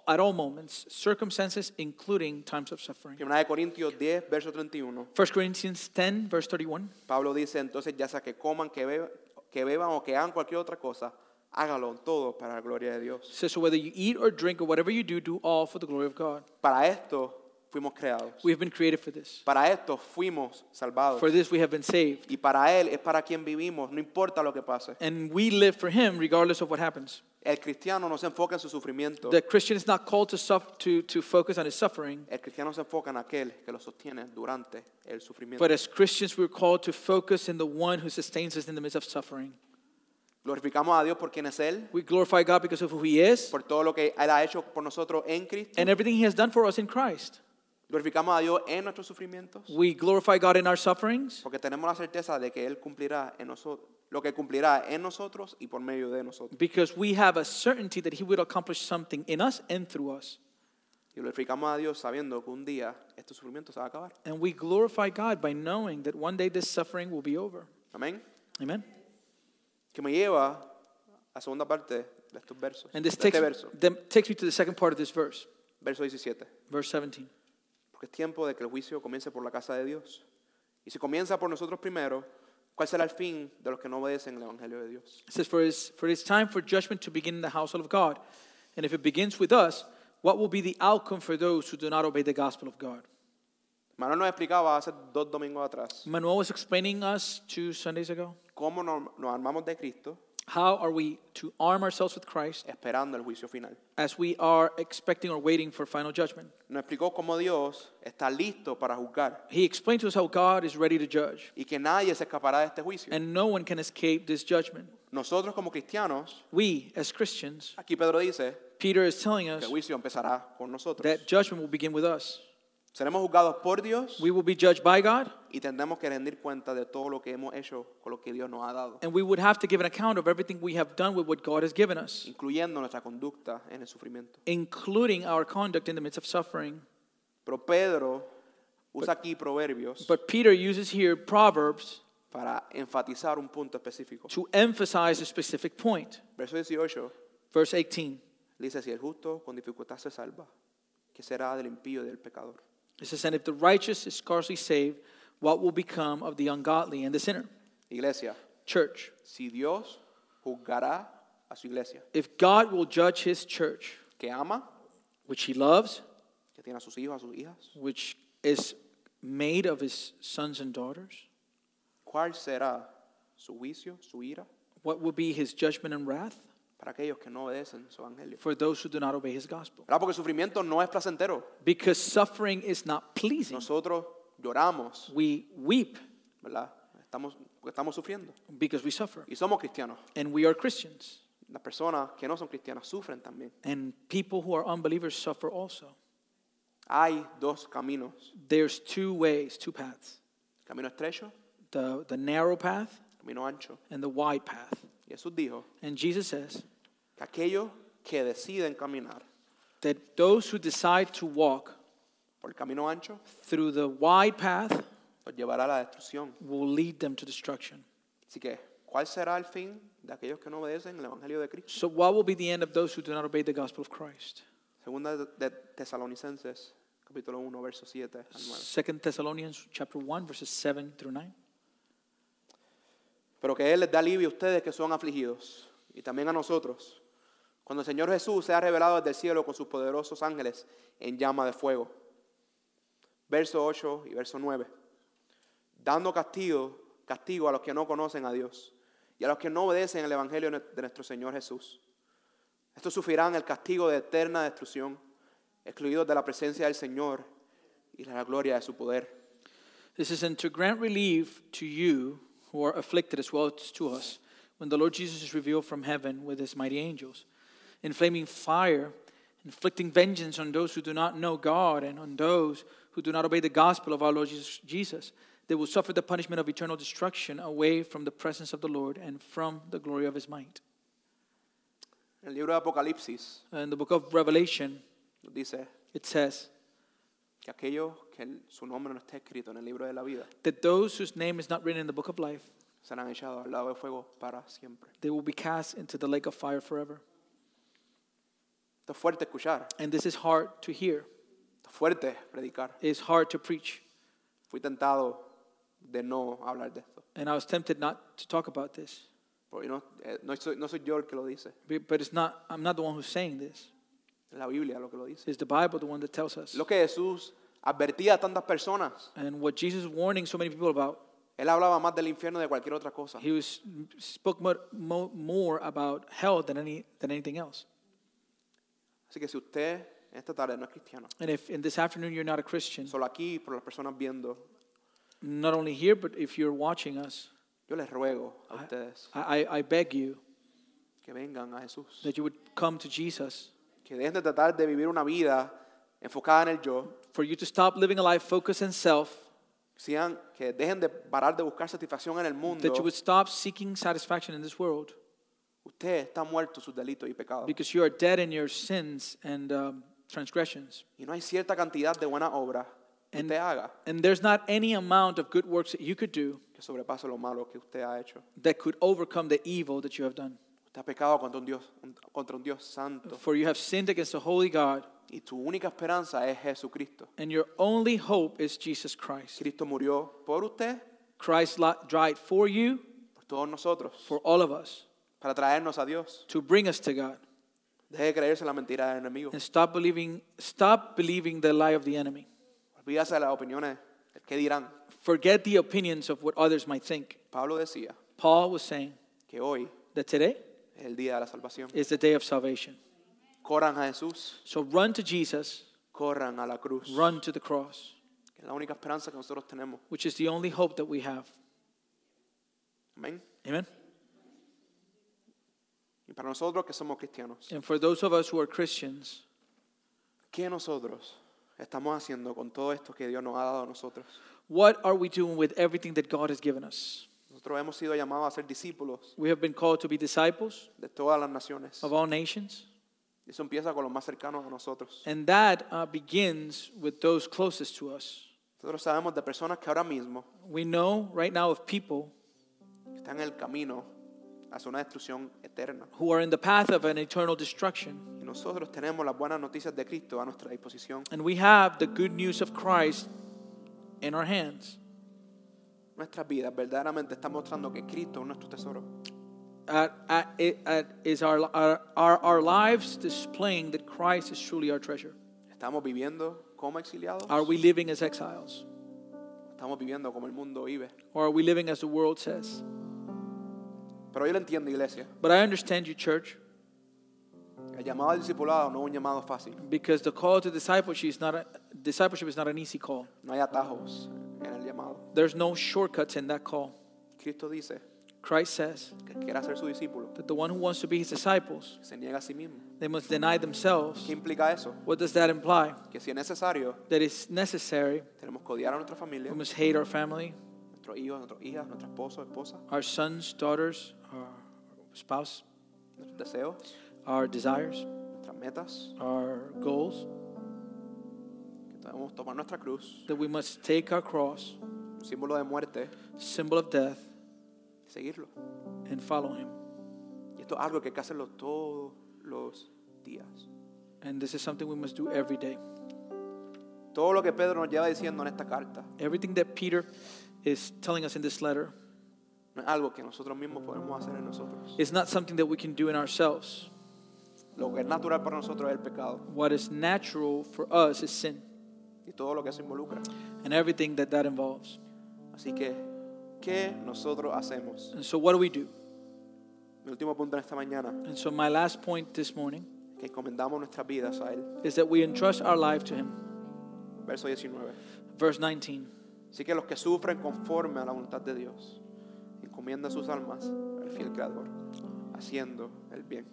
S3: at all moments, circumstances, including times of suffering.
S2: Primera de Corintios 10, verso 31,
S3: 1 Corinthians 10, verse 31.
S2: Pablo dice, entonces ya sea que coman, que beban, que beban o que hagan cualquier otra cosa, hágalo todo para la gloria de Dios.
S3: says, So whether you eat or drink or whatever you do, do all for the glory of God.
S2: Para esto fuimos creados.
S3: We have been created for this.
S2: Para esto fuimos salvados.
S3: For this we have been saved.
S2: Y para Él es para quien vivimos, no importa lo que pase.
S3: And we live for Him regardless of what happens.
S2: El cristiano no se enfoca en su sufrimiento.
S3: The Christian is not called to, suffer, to, to focus on his suffering,
S2: El cristiano se enfoca en aquel que lo sostiene durante el sufrimiento.
S3: but as Christians, we're called to focus in the one who sustains us in the midst of suffering.
S2: Glorificamos a Dios por quien es Él,
S3: We glorify God because of who He is
S2: por todo lo que Él ha hecho por nosotros en Cristo.
S3: and everything He has done for us in Christ.
S2: Glorificamos a Dios en nuestros sufrimientos,
S3: We glorify God in our sufferings
S2: porque tenemos la certeza de que Él cumplirá en nosotros lo que cumplirá en nosotros y por medio de nosotros.
S3: because we have a certainty that He will accomplish something in us and through us.
S2: Y glorificamos a Dios sabiendo que un día este sufrimiento se va a acabar.
S3: And we glorify God by knowing that one day this suffering will be over.
S2: Amén.
S3: Amen.
S2: Que me lleva a la segunda parte de estos versos.
S3: And this
S2: de
S3: takes,
S2: este verso,
S3: them- takes me to the second part of this verse,
S2: verso 17.
S3: verse 17.
S2: Porque es tiempo de que el juicio comience por la casa de Dios. Y si comienza por nosotros primero, ¿cuál será el fin de los que no obedecen el Evangelio de Dios?
S3: It says, for it, is, for it is time for judgment to begin in the household of God. And if it begins with us, what will be the outcome for those who do not obey the gospel of God?
S2: Manuel nos explicaba hace dos domingos atrás
S3: Manuel was explaining us two Sundays ago
S2: cómo nos, nos armamos de Cristo
S3: how are we to arm ourselves with Christ
S2: esperando el juicio final.
S3: as we are expecting or waiting for final judgment.
S2: Nos explicó cómo Dios está listo para juzgar
S3: He explained to us how God is ready to judge,
S2: y que nadie se escapará de este juicio.
S3: and no one can escape this judgment.
S2: Nosotros como cristianos,
S3: We, as Christians,
S2: aquí Pedro dice
S3: Peter is telling
S2: que
S3: us
S2: el juicio empezará con nosotros.
S3: that judgment will begin with us.
S2: Seremos juzgados por Dios
S3: We will be judged by God,
S2: y tendremos que rendir cuenta de todo lo que hemos hecho con lo que Dios nos ha dado,
S3: and we would have to give an account of everything we have done with what God has given us,
S2: incluyendo nuestra conducta en el sufrimiento.
S3: including our conduct in the midst of suffering.
S2: Pero Pedro usa aquí proverbios
S3: But Peter uses here Proverbs
S2: para enfatizar un punto específico.
S3: to emphasize a specific point.
S2: Verso 18
S3: Verse 18.
S2: dice, si el justo con dificultad se salva, ¿qué será del impío y del pecador?
S3: It says, And if the righteous is scarcely saved, what will become of the ungodly and the sinner?
S2: Iglesia,
S3: Church.
S2: si Dios juzgará a su iglesia,
S3: If God will judge his church,
S2: que ama,
S3: which he loves,
S2: que tiene a sus hijos, a sus hijas,
S3: which is made of his sons and daughters,
S2: ¿cuál será su juicio, su ira
S3: what will be his judgment and wrath
S2: para aquellos que no obedecen su evangelio?
S3: for those who do not obey his gospel?
S2: ¿Verdad? Porque el sufrimiento no es placentero.
S3: Because suffering is not pleasing.
S2: Nosotros lloramos,
S3: We weep
S2: ¿verdad? Estamos, porque estamos sufriendo
S3: because we suffer,
S2: y somos cristianos.
S3: and we are Christians.
S2: Las personas que no son cristianas sufren también.
S3: And people who are unbelievers suffer also.
S2: Hay dos caminos,
S3: There's two ways, two paths
S2: camino estrecho,
S3: the, the narrow path
S2: camino ancho.
S3: and the wide path.
S2: Jesús dijo
S3: And Jesus says
S2: que aquellos que deciden caminar
S3: that those who decide to walk
S2: por el camino ancho
S3: through the wide path
S2: los llevará a la destrucción.
S3: will lead them to destruction.
S2: Así que, ¿cuál será el fin de aquellos que no obedecen el evangelio de Cristo?
S3: So, what will be the end of those who do not obey the gospel of Christ?
S2: Segunda de Tesalonicenses, capítulo 1, verso 7 al 9.
S3: Second Thessalonians chapter 1 verses 7 through 9.
S2: Pero que Él les da alivio a ustedes que son afligidos y también a nosotros. Cuando el Señor Jesús se ha revelado desde el cielo con sus poderosos ángeles en llama de fuego. Verso 8 y verso 9. Dando castigo, castigo a los que no conocen a Dios y a los que no obedecen el Evangelio de nuestro Señor Jesús. Estos sufrirán el castigo de eterna destrucción, excluidos de la presencia del Señor y de la gloria de su poder.
S3: This is and to grant relief to you who are afflicted as well as to us when the Lord Jesus is revealed from heaven with his mighty angels in flaming fire inflicting vengeance on those who do not know God and on those who do not obey the gospel of our Lord Jesus- Jesus. They will suffer the punishment of eternal destruction away from the presence of the Lord and from the glory of his might.
S2: En el libro de Apocalipsis
S3: In the book of Revelation,
S2: nos dice
S3: it says
S2: que aquellos que el- su nombre no está escrito en el libro de la vida
S3: that those whose name is not written in the book of life,
S2: serán echados al lado de fuego para siempre.
S3: they will be cast into the lake of fire forever.
S2: Esto es fuerte escuchar,
S3: And this is hard to hear.
S2: esto es fuerte predicar.
S3: It's hard to preach.
S2: Fui tentado de no hablar de esto,
S3: And I was tempted not to talk about this.
S2: porque no, eh, no soy, no soy yo el que lo dice,
S3: Be- But it's not I'm not the one who's saying this.
S2: es la Biblia lo que lo dice.
S3: It's the Bible the one that tells us.
S2: Lo que Jesús advertía a tantas personas,
S3: And what Jesus is warning so many people about,
S2: él hablaba más del infierno de cualquier otra cosa.
S3: he was spoke more, more about hell than any than anything else.
S2: Así que si usted en esta tarde no es cristiano,
S3: And if in this afternoon you're not a Christian,
S2: solo aquí por las personas viendo,
S3: not only here but if you're watching us,
S2: yo les ruego a ustedes
S3: I, I, I beg you
S2: que vengan a Jesús,
S3: that you would come to Jesus
S2: que dejen de tratar de vivir una vida enfocada en el yo,
S3: for you to stop living a life focused on self,
S2: Sean que dejen de parar de buscar satisfacción en el mundo.
S3: that you would stop seeking satisfaction in this world
S2: Usted está muerto en sus delitos y pecados.
S3: because you are dead in your sins and um, transgressions.
S2: Y no hay cierta cantidad de buena obra que
S3: And-
S2: usted haga
S3: And there's not any amount of good works that you could do
S2: que sobrepase lo malo que usted ha hecho.
S3: that could overcome the evil that you have done.
S2: Usted Te has pecado contra un Dios, contra un Dios santo.
S3: For you have sinned against the holy God,
S2: Y tu única esperanza es Jesucristo.
S3: and your only hope is Jesus Christ.
S2: Cristo murió por usted,
S3: Christ li- died for you,
S2: por todos nosotros,
S3: for all of us,
S2: para traernos a Dios.
S3: to bring us to God.
S2: Deje de creerse la mentira del enemigo.
S3: And stop believing, stop believing the lie of the enemy.
S2: Olvídase de las opiniones, el qué dirán.
S3: Forget the opinions of what others might think.
S2: Pablo decía
S3: Paul was saying
S2: que hoy
S3: that today
S2: es el día de la salvación.
S3: is the day of salvation.
S2: Corran a Jesús,
S3: So run to Jesus,
S2: corran a la cruz.
S3: run to the cross,
S2: Que es la única esperanza que nosotros tenemos.
S3: which is the only hope that we have.
S2: Amén.
S3: Amen.
S2: Y para nosotros que somos cristianos,
S3: And for those of us who are Christians,
S2: ¿qué nosotros estamos haciendo con todo esto que Dios nos ha dado a nosotros?
S3: what are we doing with everything that God has given us?
S2: Nosotros hemos sido llamados a ser discípulos
S3: We have been called to be disciples
S2: de todas las naciones.
S3: of all nations,
S2: Y eso empieza con los más cercanos a nosotros.
S3: and that uh, begins with those closest to us.
S2: Nosotros sabemos de personas que ahora mismo
S3: We know right now of people
S2: están en el camino hacia una destrucción eterna.
S3: who are in the path of an eternal destruction,
S2: Y nosotros tenemos las buenas noticias de Cristo a nuestra disposición.
S3: and we have the good news of Christ in our hands.
S2: Nuestras vidas verdaderamente están mostrando que Cristo es nuestro tesoro.
S3: At, at, it- at, is our, our, our, our lives displaying that Christ is truly our treasure?
S2: Estamos viviendo como exiliados.
S3: Are we living as exiles?
S2: Estamos viviendo como el mundo vive.
S3: Or are we living as the world says?
S2: Pero yo lo entiendo, iglesia.
S3: But I understand you, church,
S2: El llamado al discipulado no es un llamado fácil.
S3: because the call to discipleship is not, a, discipleship is not an easy call.
S2: No hay atajos en el llamado.
S3: There's no shortcuts in that call.
S2: Cristo dice
S3: Christ says
S2: que quiera ser su discípulo,
S3: that the one who wants to be his disciples,
S2: que se niega a sí mismo.
S3: they must deny themselves.
S2: ¿Qué implica eso?
S3: What does that imply?
S2: Que si es necesario,
S3: That it's necessary.
S2: tenemos que odiar a nuestra familia,
S3: We must hate our family,
S2: nuestros hijos, nuestras hijas, nuestro esposo, esposa,
S3: our sons, daughters, our spouse,
S2: nuestros deseos,
S3: our desires,
S2: nuestras metas.
S3: our goals.
S2: Que debemos tomar nuestra cruz,
S3: That we must take our cross,
S2: un símbolo de muerte,
S3: symbol of death,
S2: y seguirlo.
S3: and follow him.
S2: Y esto es algo que hay que hacerlo todos los días.
S3: And this is something we must do every day.
S2: Todo lo que Pedro nos lleva diciendo en esta carta
S3: Everything that Peter is telling us in this letter
S2: no es algo que nosotros mismos podemos hacer en nosotros.
S3: is not something that we can do in ourselves.
S2: Lo que es natural para nosotros es el pecado
S3: What is natural for us is sin.
S2: y todo lo que eso involucra.
S3: and everything that that involves.
S2: Así que, ¿qué nosotros hacemos?
S3: And so, what do we do?
S2: Mi último punto en esta mañana
S3: And so, my last point this morning
S2: es que encomendamos nuestras vidas a Él.
S3: is that we entrust our life to Him.
S2: Verso 19.
S3: Verse 19.
S2: Así que los que sufren conforme a la voluntad de Dios, encomiendan sus almas al fiel Creador, haciendo el bien.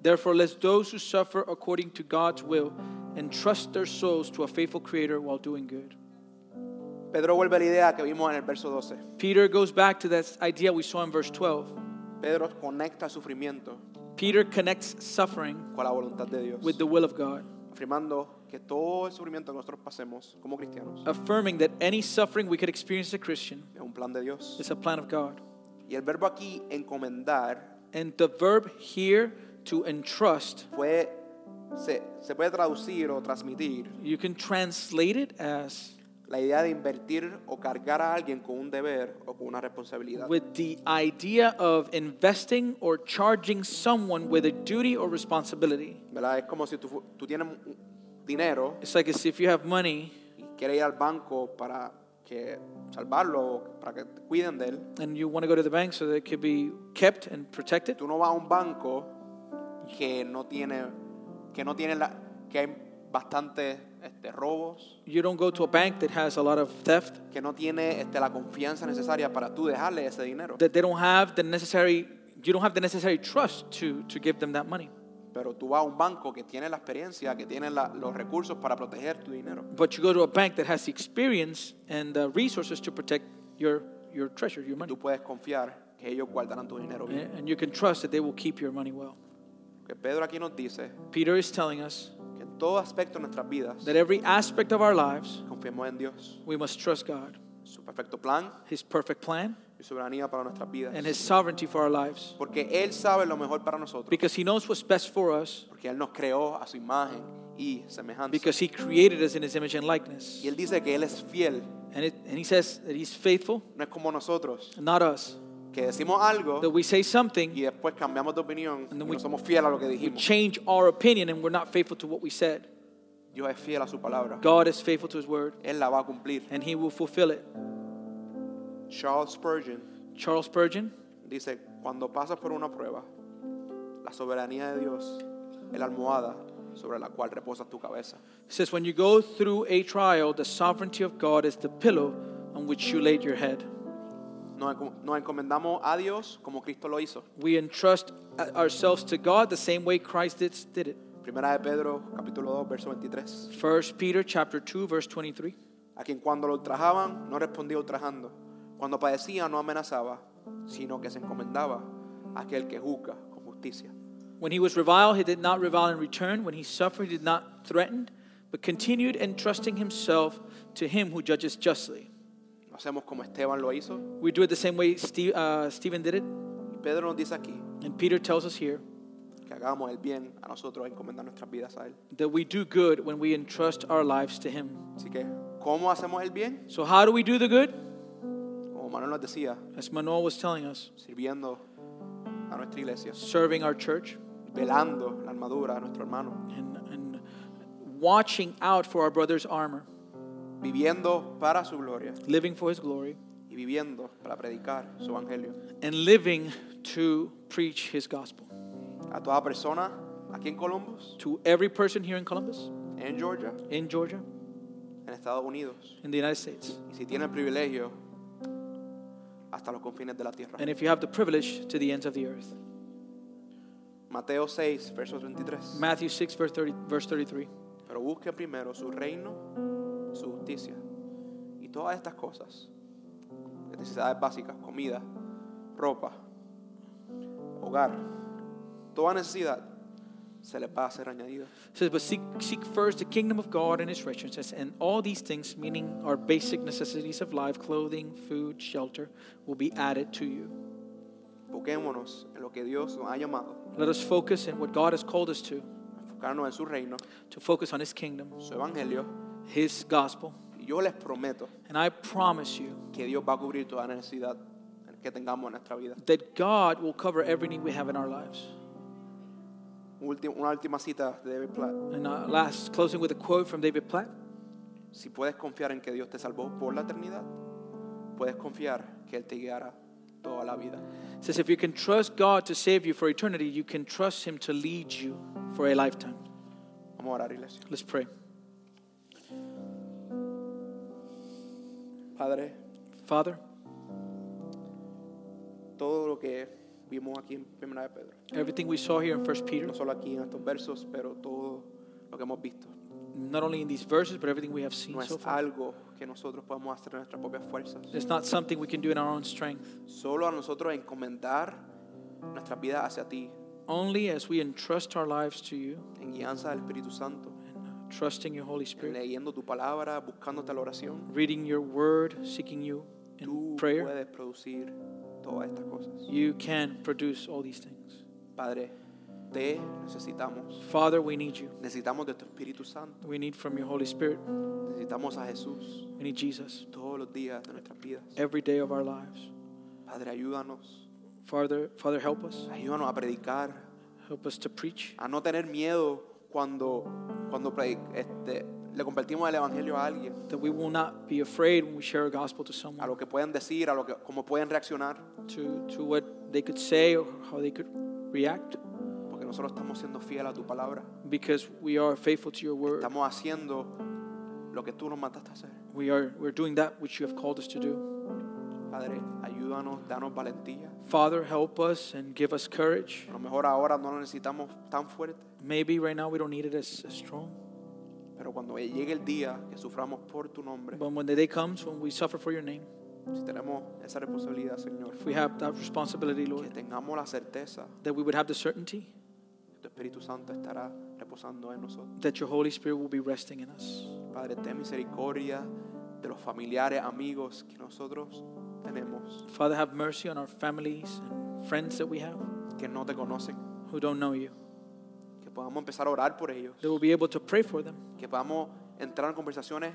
S3: Therefore, let those who suffer according to God's will entrust their souls to a faithful Creator while doing good.
S2: Pedro vuelve a la idea que vimos en el verso 12.
S3: Peter goes back to that idea we saw in verse 12.
S2: Pedro conecta sufrimiento
S3: Peter connects suffering
S2: con la voluntad de Dios,
S3: with the will of God,
S2: afirmando que todo el sufrimiento que nosotros pasemos como cristianos
S3: affirming that any suffering we could experience as a Christian
S2: es un plan de Dios.
S3: is a plan of God.
S2: Y el verbo aquí, encomendar,
S3: And the verb here to entrust,
S2: puede, se, se puede traducir o transmitir
S3: you can translate it as
S2: la idea de invertir o cargar a alguien con un deber o con una responsabilidad.
S3: with the idea of investing or charging someone with a duty or responsibility.
S2: ¿Verdad? Es como si tú, fu- tú tienes un- dinero
S3: It's like as if you have money
S2: y quieres ir al banco para que salvarlo o para que te cuiden de él.
S3: and you want to go to the bank so that it could be kept and protected.
S2: Tú no vas a un banco que no tiene que no tiene la, que hay bastantes este, robos,
S3: You don't go to a bank that has a lot of theft,
S2: que no tiene este, la confianza necesaria para tú dejarle ese dinero.
S3: that they don't have the necessary, you don't have the necessary trust to, to give them that money.
S2: Pero tú vas a un banco que tiene la experiencia, que tiene la- los recursos para proteger tu dinero.
S3: But you go to a bank that has the experience and the resources to protect your, your treasure, your money.
S2: Tú puedes confiar que ellos guardarán tu dinero bien.
S3: And and you can trust that they will keep your money well.
S2: Que Pedro aquí nos dice
S3: Peter is telling us
S2: que en todo aspecto de nuestras vidas
S3: that every aspect of our lives,
S2: confiemos en Dios,
S3: we must trust God.
S2: su perfecto plan
S3: His perfect plan,
S2: y y soberanía para nuestras vidas.
S3: and His sovereignty for our lives.
S2: Porque Él sabe lo mejor para nosotros.
S3: Because He knows what's best for us,
S2: Porque Él nos creó a su imagen y semejanza.
S3: because He created us in His image and likeness.
S2: Y Él dice que Él es fiel.
S3: And, it, and He says that He's faithful,
S2: No es como nosotros,
S3: not us.
S2: que decimos algo
S3: That we say something,
S2: y después cambiamos de opinión y
S3: then
S2: no
S3: we-
S2: somos fieles a lo que
S3: we
S2: dijimos.
S3: change our opinion, and we're not faithful to what we said.
S2: Dios es fiel a su palabra.
S3: God is faithful to His word,
S2: Él la va a cumplir.
S3: and He will fulfill it.
S2: Charles Spurgeon
S3: Charles Spurgeon
S2: dice, cuando pasas por una prueba, la soberanía de Dios es la almohada sobre la cual reposas tu cabeza.
S3: says, When you go through a trial, the sovereignty of God is the pillow on which you laid your head.
S2: Nos, encom- nos encomendamos a Dios como Cristo lo hizo.
S3: We entrust ourselves to God the same way Christ did, did it.
S2: Primera de Pedro, capítulo 2, verso 23.
S3: First Peter chapter 2 verse 23.
S2: a quien cuando lo ultrajaban no respondía ultrajando, cuando padecía no amenazaba, sino que se encomendaba a aquel que juzga con justicia.
S3: When he was reviled, he did not revile in return. When he suffered, he did not threaten, but continued entrusting himself to him who judges justly.
S2: Lo hacemos como Esteban lo hizo.
S3: We do it the same way Steve, uh, Stephen did it,
S2: Y Pedro nos dice aquí
S3: and Peter tells us here
S2: que hagamos el bien a nosotros, encomendar nuestras vidas a Él.
S3: that we do good when we entrust our lives to him.
S2: Así que, ¿cómo hacemos el bien?
S3: So how do we do the good?
S2: Como Manuel nos decía,
S3: As Manuel was telling us,
S2: sirviendo a nuestra iglesia,
S3: serving our church
S2: velando la armadura a nuestro hermano,
S3: and, and watching out for our brother's armor,
S2: viviendo para su gloria
S3: living for his glory,
S2: y viviendo para predicar su evangelio.
S3: and living to preach his gospel.
S2: A toda persona aquí en Columbus,
S3: to every person here in Columbus,
S2: en Georgia,
S3: in Georgia,
S2: en Estados Unidos,
S3: in the United States.
S2: y si tiene el privilegio hasta los confines de la tierra.
S3: And if you have the privilege to the ends of the earth.
S2: Mateo 6, verso 33.
S3: Matthew 6, verse, 30, verse 33.
S2: Pero busque primero su reino, su justicia y todas estas cosas, necesidades básicas, comida, ropa, hogar, toda necesidad se les va a ser añadida.
S3: It says, But seek, seek first the kingdom of God and his righteousness, and all these things, meaning our basic necessities of life clothing, food, shelter, will be added to you.
S2: Enfoquémonos en lo que Dios nos ha llamado,
S3: Let us focus in what God has called us to,
S2: enfocarnos en su reino,
S3: to focus on his kingdom,
S2: su evangelio,
S3: his gospel.
S2: y yo les prometo
S3: And I promise you
S2: que Dios va a cubrir toda necesidad que tengamos en nuestra vida.
S3: that God will cover every need we have in our lives.
S2: Ulti- una última cita de David Platt.
S3: And uh, last, closing with a quote from David Platt.
S2: Si puedes confiar en que Dios te salvó por la eternidad, puedes confiar que Él te guiará toda la vida.
S3: It says if you can trust God to save you for eternity, you can trust Him to lead you for a lifetime.
S2: Vamos a orar, iglesia.
S3: Let's pray.
S2: Padre,
S3: Father,
S2: todo lo que vimos aquí en Primera de Pedro,
S3: everything we saw here in 1 Peter,
S2: no solo aquí en estos versos, pero todo lo que hemos visto,
S3: not only in these verses, but everything we have seen
S2: no
S3: so
S2: es
S3: far,
S2: algo que nosotros podemos hacer en nuestras propias fuerzas.
S3: it's not something we can do in our own strength.
S2: Solo a nosotros encomendar nuestras vidas hacia ti,
S3: Only as we entrust our lives to you,
S2: en guianza del Espíritu Santo,
S3: and, uh, trusting your Holy
S2: en
S3: Spirit,
S2: leyendo tu palabra, buscándote la oración,
S3: reading your word, seeking you
S2: tú
S3: in prayer,
S2: puedes producir todas estas cosas.
S3: you can produce all these things.
S2: Padre, te necesitamos.
S3: Father, we need you.
S2: Necesitamos de tu Espíritu Santo.
S3: We need from your Holy Spirit.
S2: Necesitamos a Jesús
S3: We need Jesus
S2: todos los días de nuestras vidas.
S3: every day of our lives.
S2: Padre, ayúdanos.
S3: Father, Father, help us.
S2: Ayúdanos a predicar,
S3: Help us to preach,
S2: a no tener miedo cuando, cuando predi- este, le compartimos el Evangelio a alguien,
S3: that we will not be afraid when we share a gospel to
S2: a
S3: someone,
S2: lo que pueden decir, a lo que, cómo pueden reaccionar,
S3: to, to what they could say or how they could react,
S2: porque nosotros estamos siendo fieles a tu palabra.
S3: because we are faithful to your word.
S2: Estamos haciendo lo que tú nos mandaste a hacer.
S3: We are we're doing that which you have called us to do.
S2: Padre, ayúdanos, danos valentía.
S3: Father, help us and give us courage.
S2: A lo mejor ahora no lo necesitamos tan fuerte.
S3: Maybe right now we don't need it as, as strong,
S2: Pero cuando llegue el día que suframos por tu nombre,
S3: but when the day comes when we suffer for your name,
S2: si tenemos esa responsabilidad, Señor,
S3: if we have that responsibility,
S2: que
S3: Lord,
S2: tengamos la certeza
S3: that we would have the certainty
S2: que tu Espíritu Santo estará reposando en nosotros.
S3: that your Holy Spirit will be resting in us.
S2: Padre, ten misericordia de los familiares, amigos que nosotros tenemos
S3: Father, have mercy on our families and friends that we have
S2: que no te conocen.
S3: who don't know you.
S2: Que podamos empezar a orar por ellos.
S3: They will be able to pray for them
S2: Que podamos entrar en conversaciones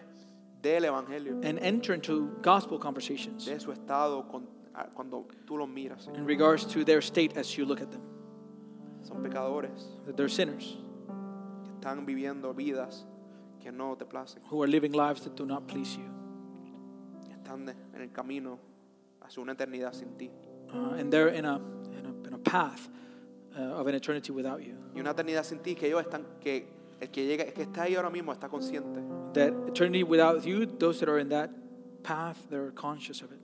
S2: del Evangelio,
S3: and enter into gospel conversations
S2: de su estado con- a- cuando tú los miras. Señor.
S3: in regards to their state as you look at them,
S2: Son pecadores
S3: that they're sinners
S2: que están viviendo vidas que no te placen.
S3: who are living lives that do not please you.
S2: que Están de- en el camino hacia una eternidad sin ti.
S3: Uh, and they're in a, in a, in a path uh, of an eternity without you.
S2: Y una eternidad sin ti que ellos están, que el que llega, el que está ahí ahora mismo está consciente.
S3: That eternity without you, those that are in that path, they're conscious of it.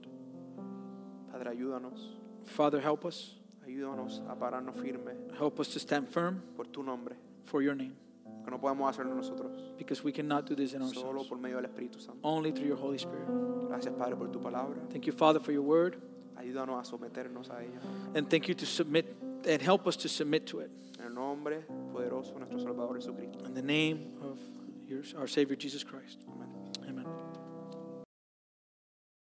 S2: Padre, ayúdanos.
S3: Father, help us.
S2: Ayúdanos a pararnos firmes
S3: Help us to stand firm
S2: por tu nombre.
S3: for your name
S2: Que no podemos hacerlo nosotros.
S3: because we cannot do this in
S2: Solo
S3: ourselves,
S2: por medio del Espíritu Santo.
S3: only through your Holy Spirit.
S2: Gracias, Padre, por tu palabra.
S3: Thank you, Father, for your word.
S2: Ayúdanos a someternos a ella.
S3: And thank you to submit and help us to submit to it.
S2: En el nombre poderoso de nuestro Salvador Jesucristo.
S3: In the name of your, our Savior Jesus Christ.
S2: Amén.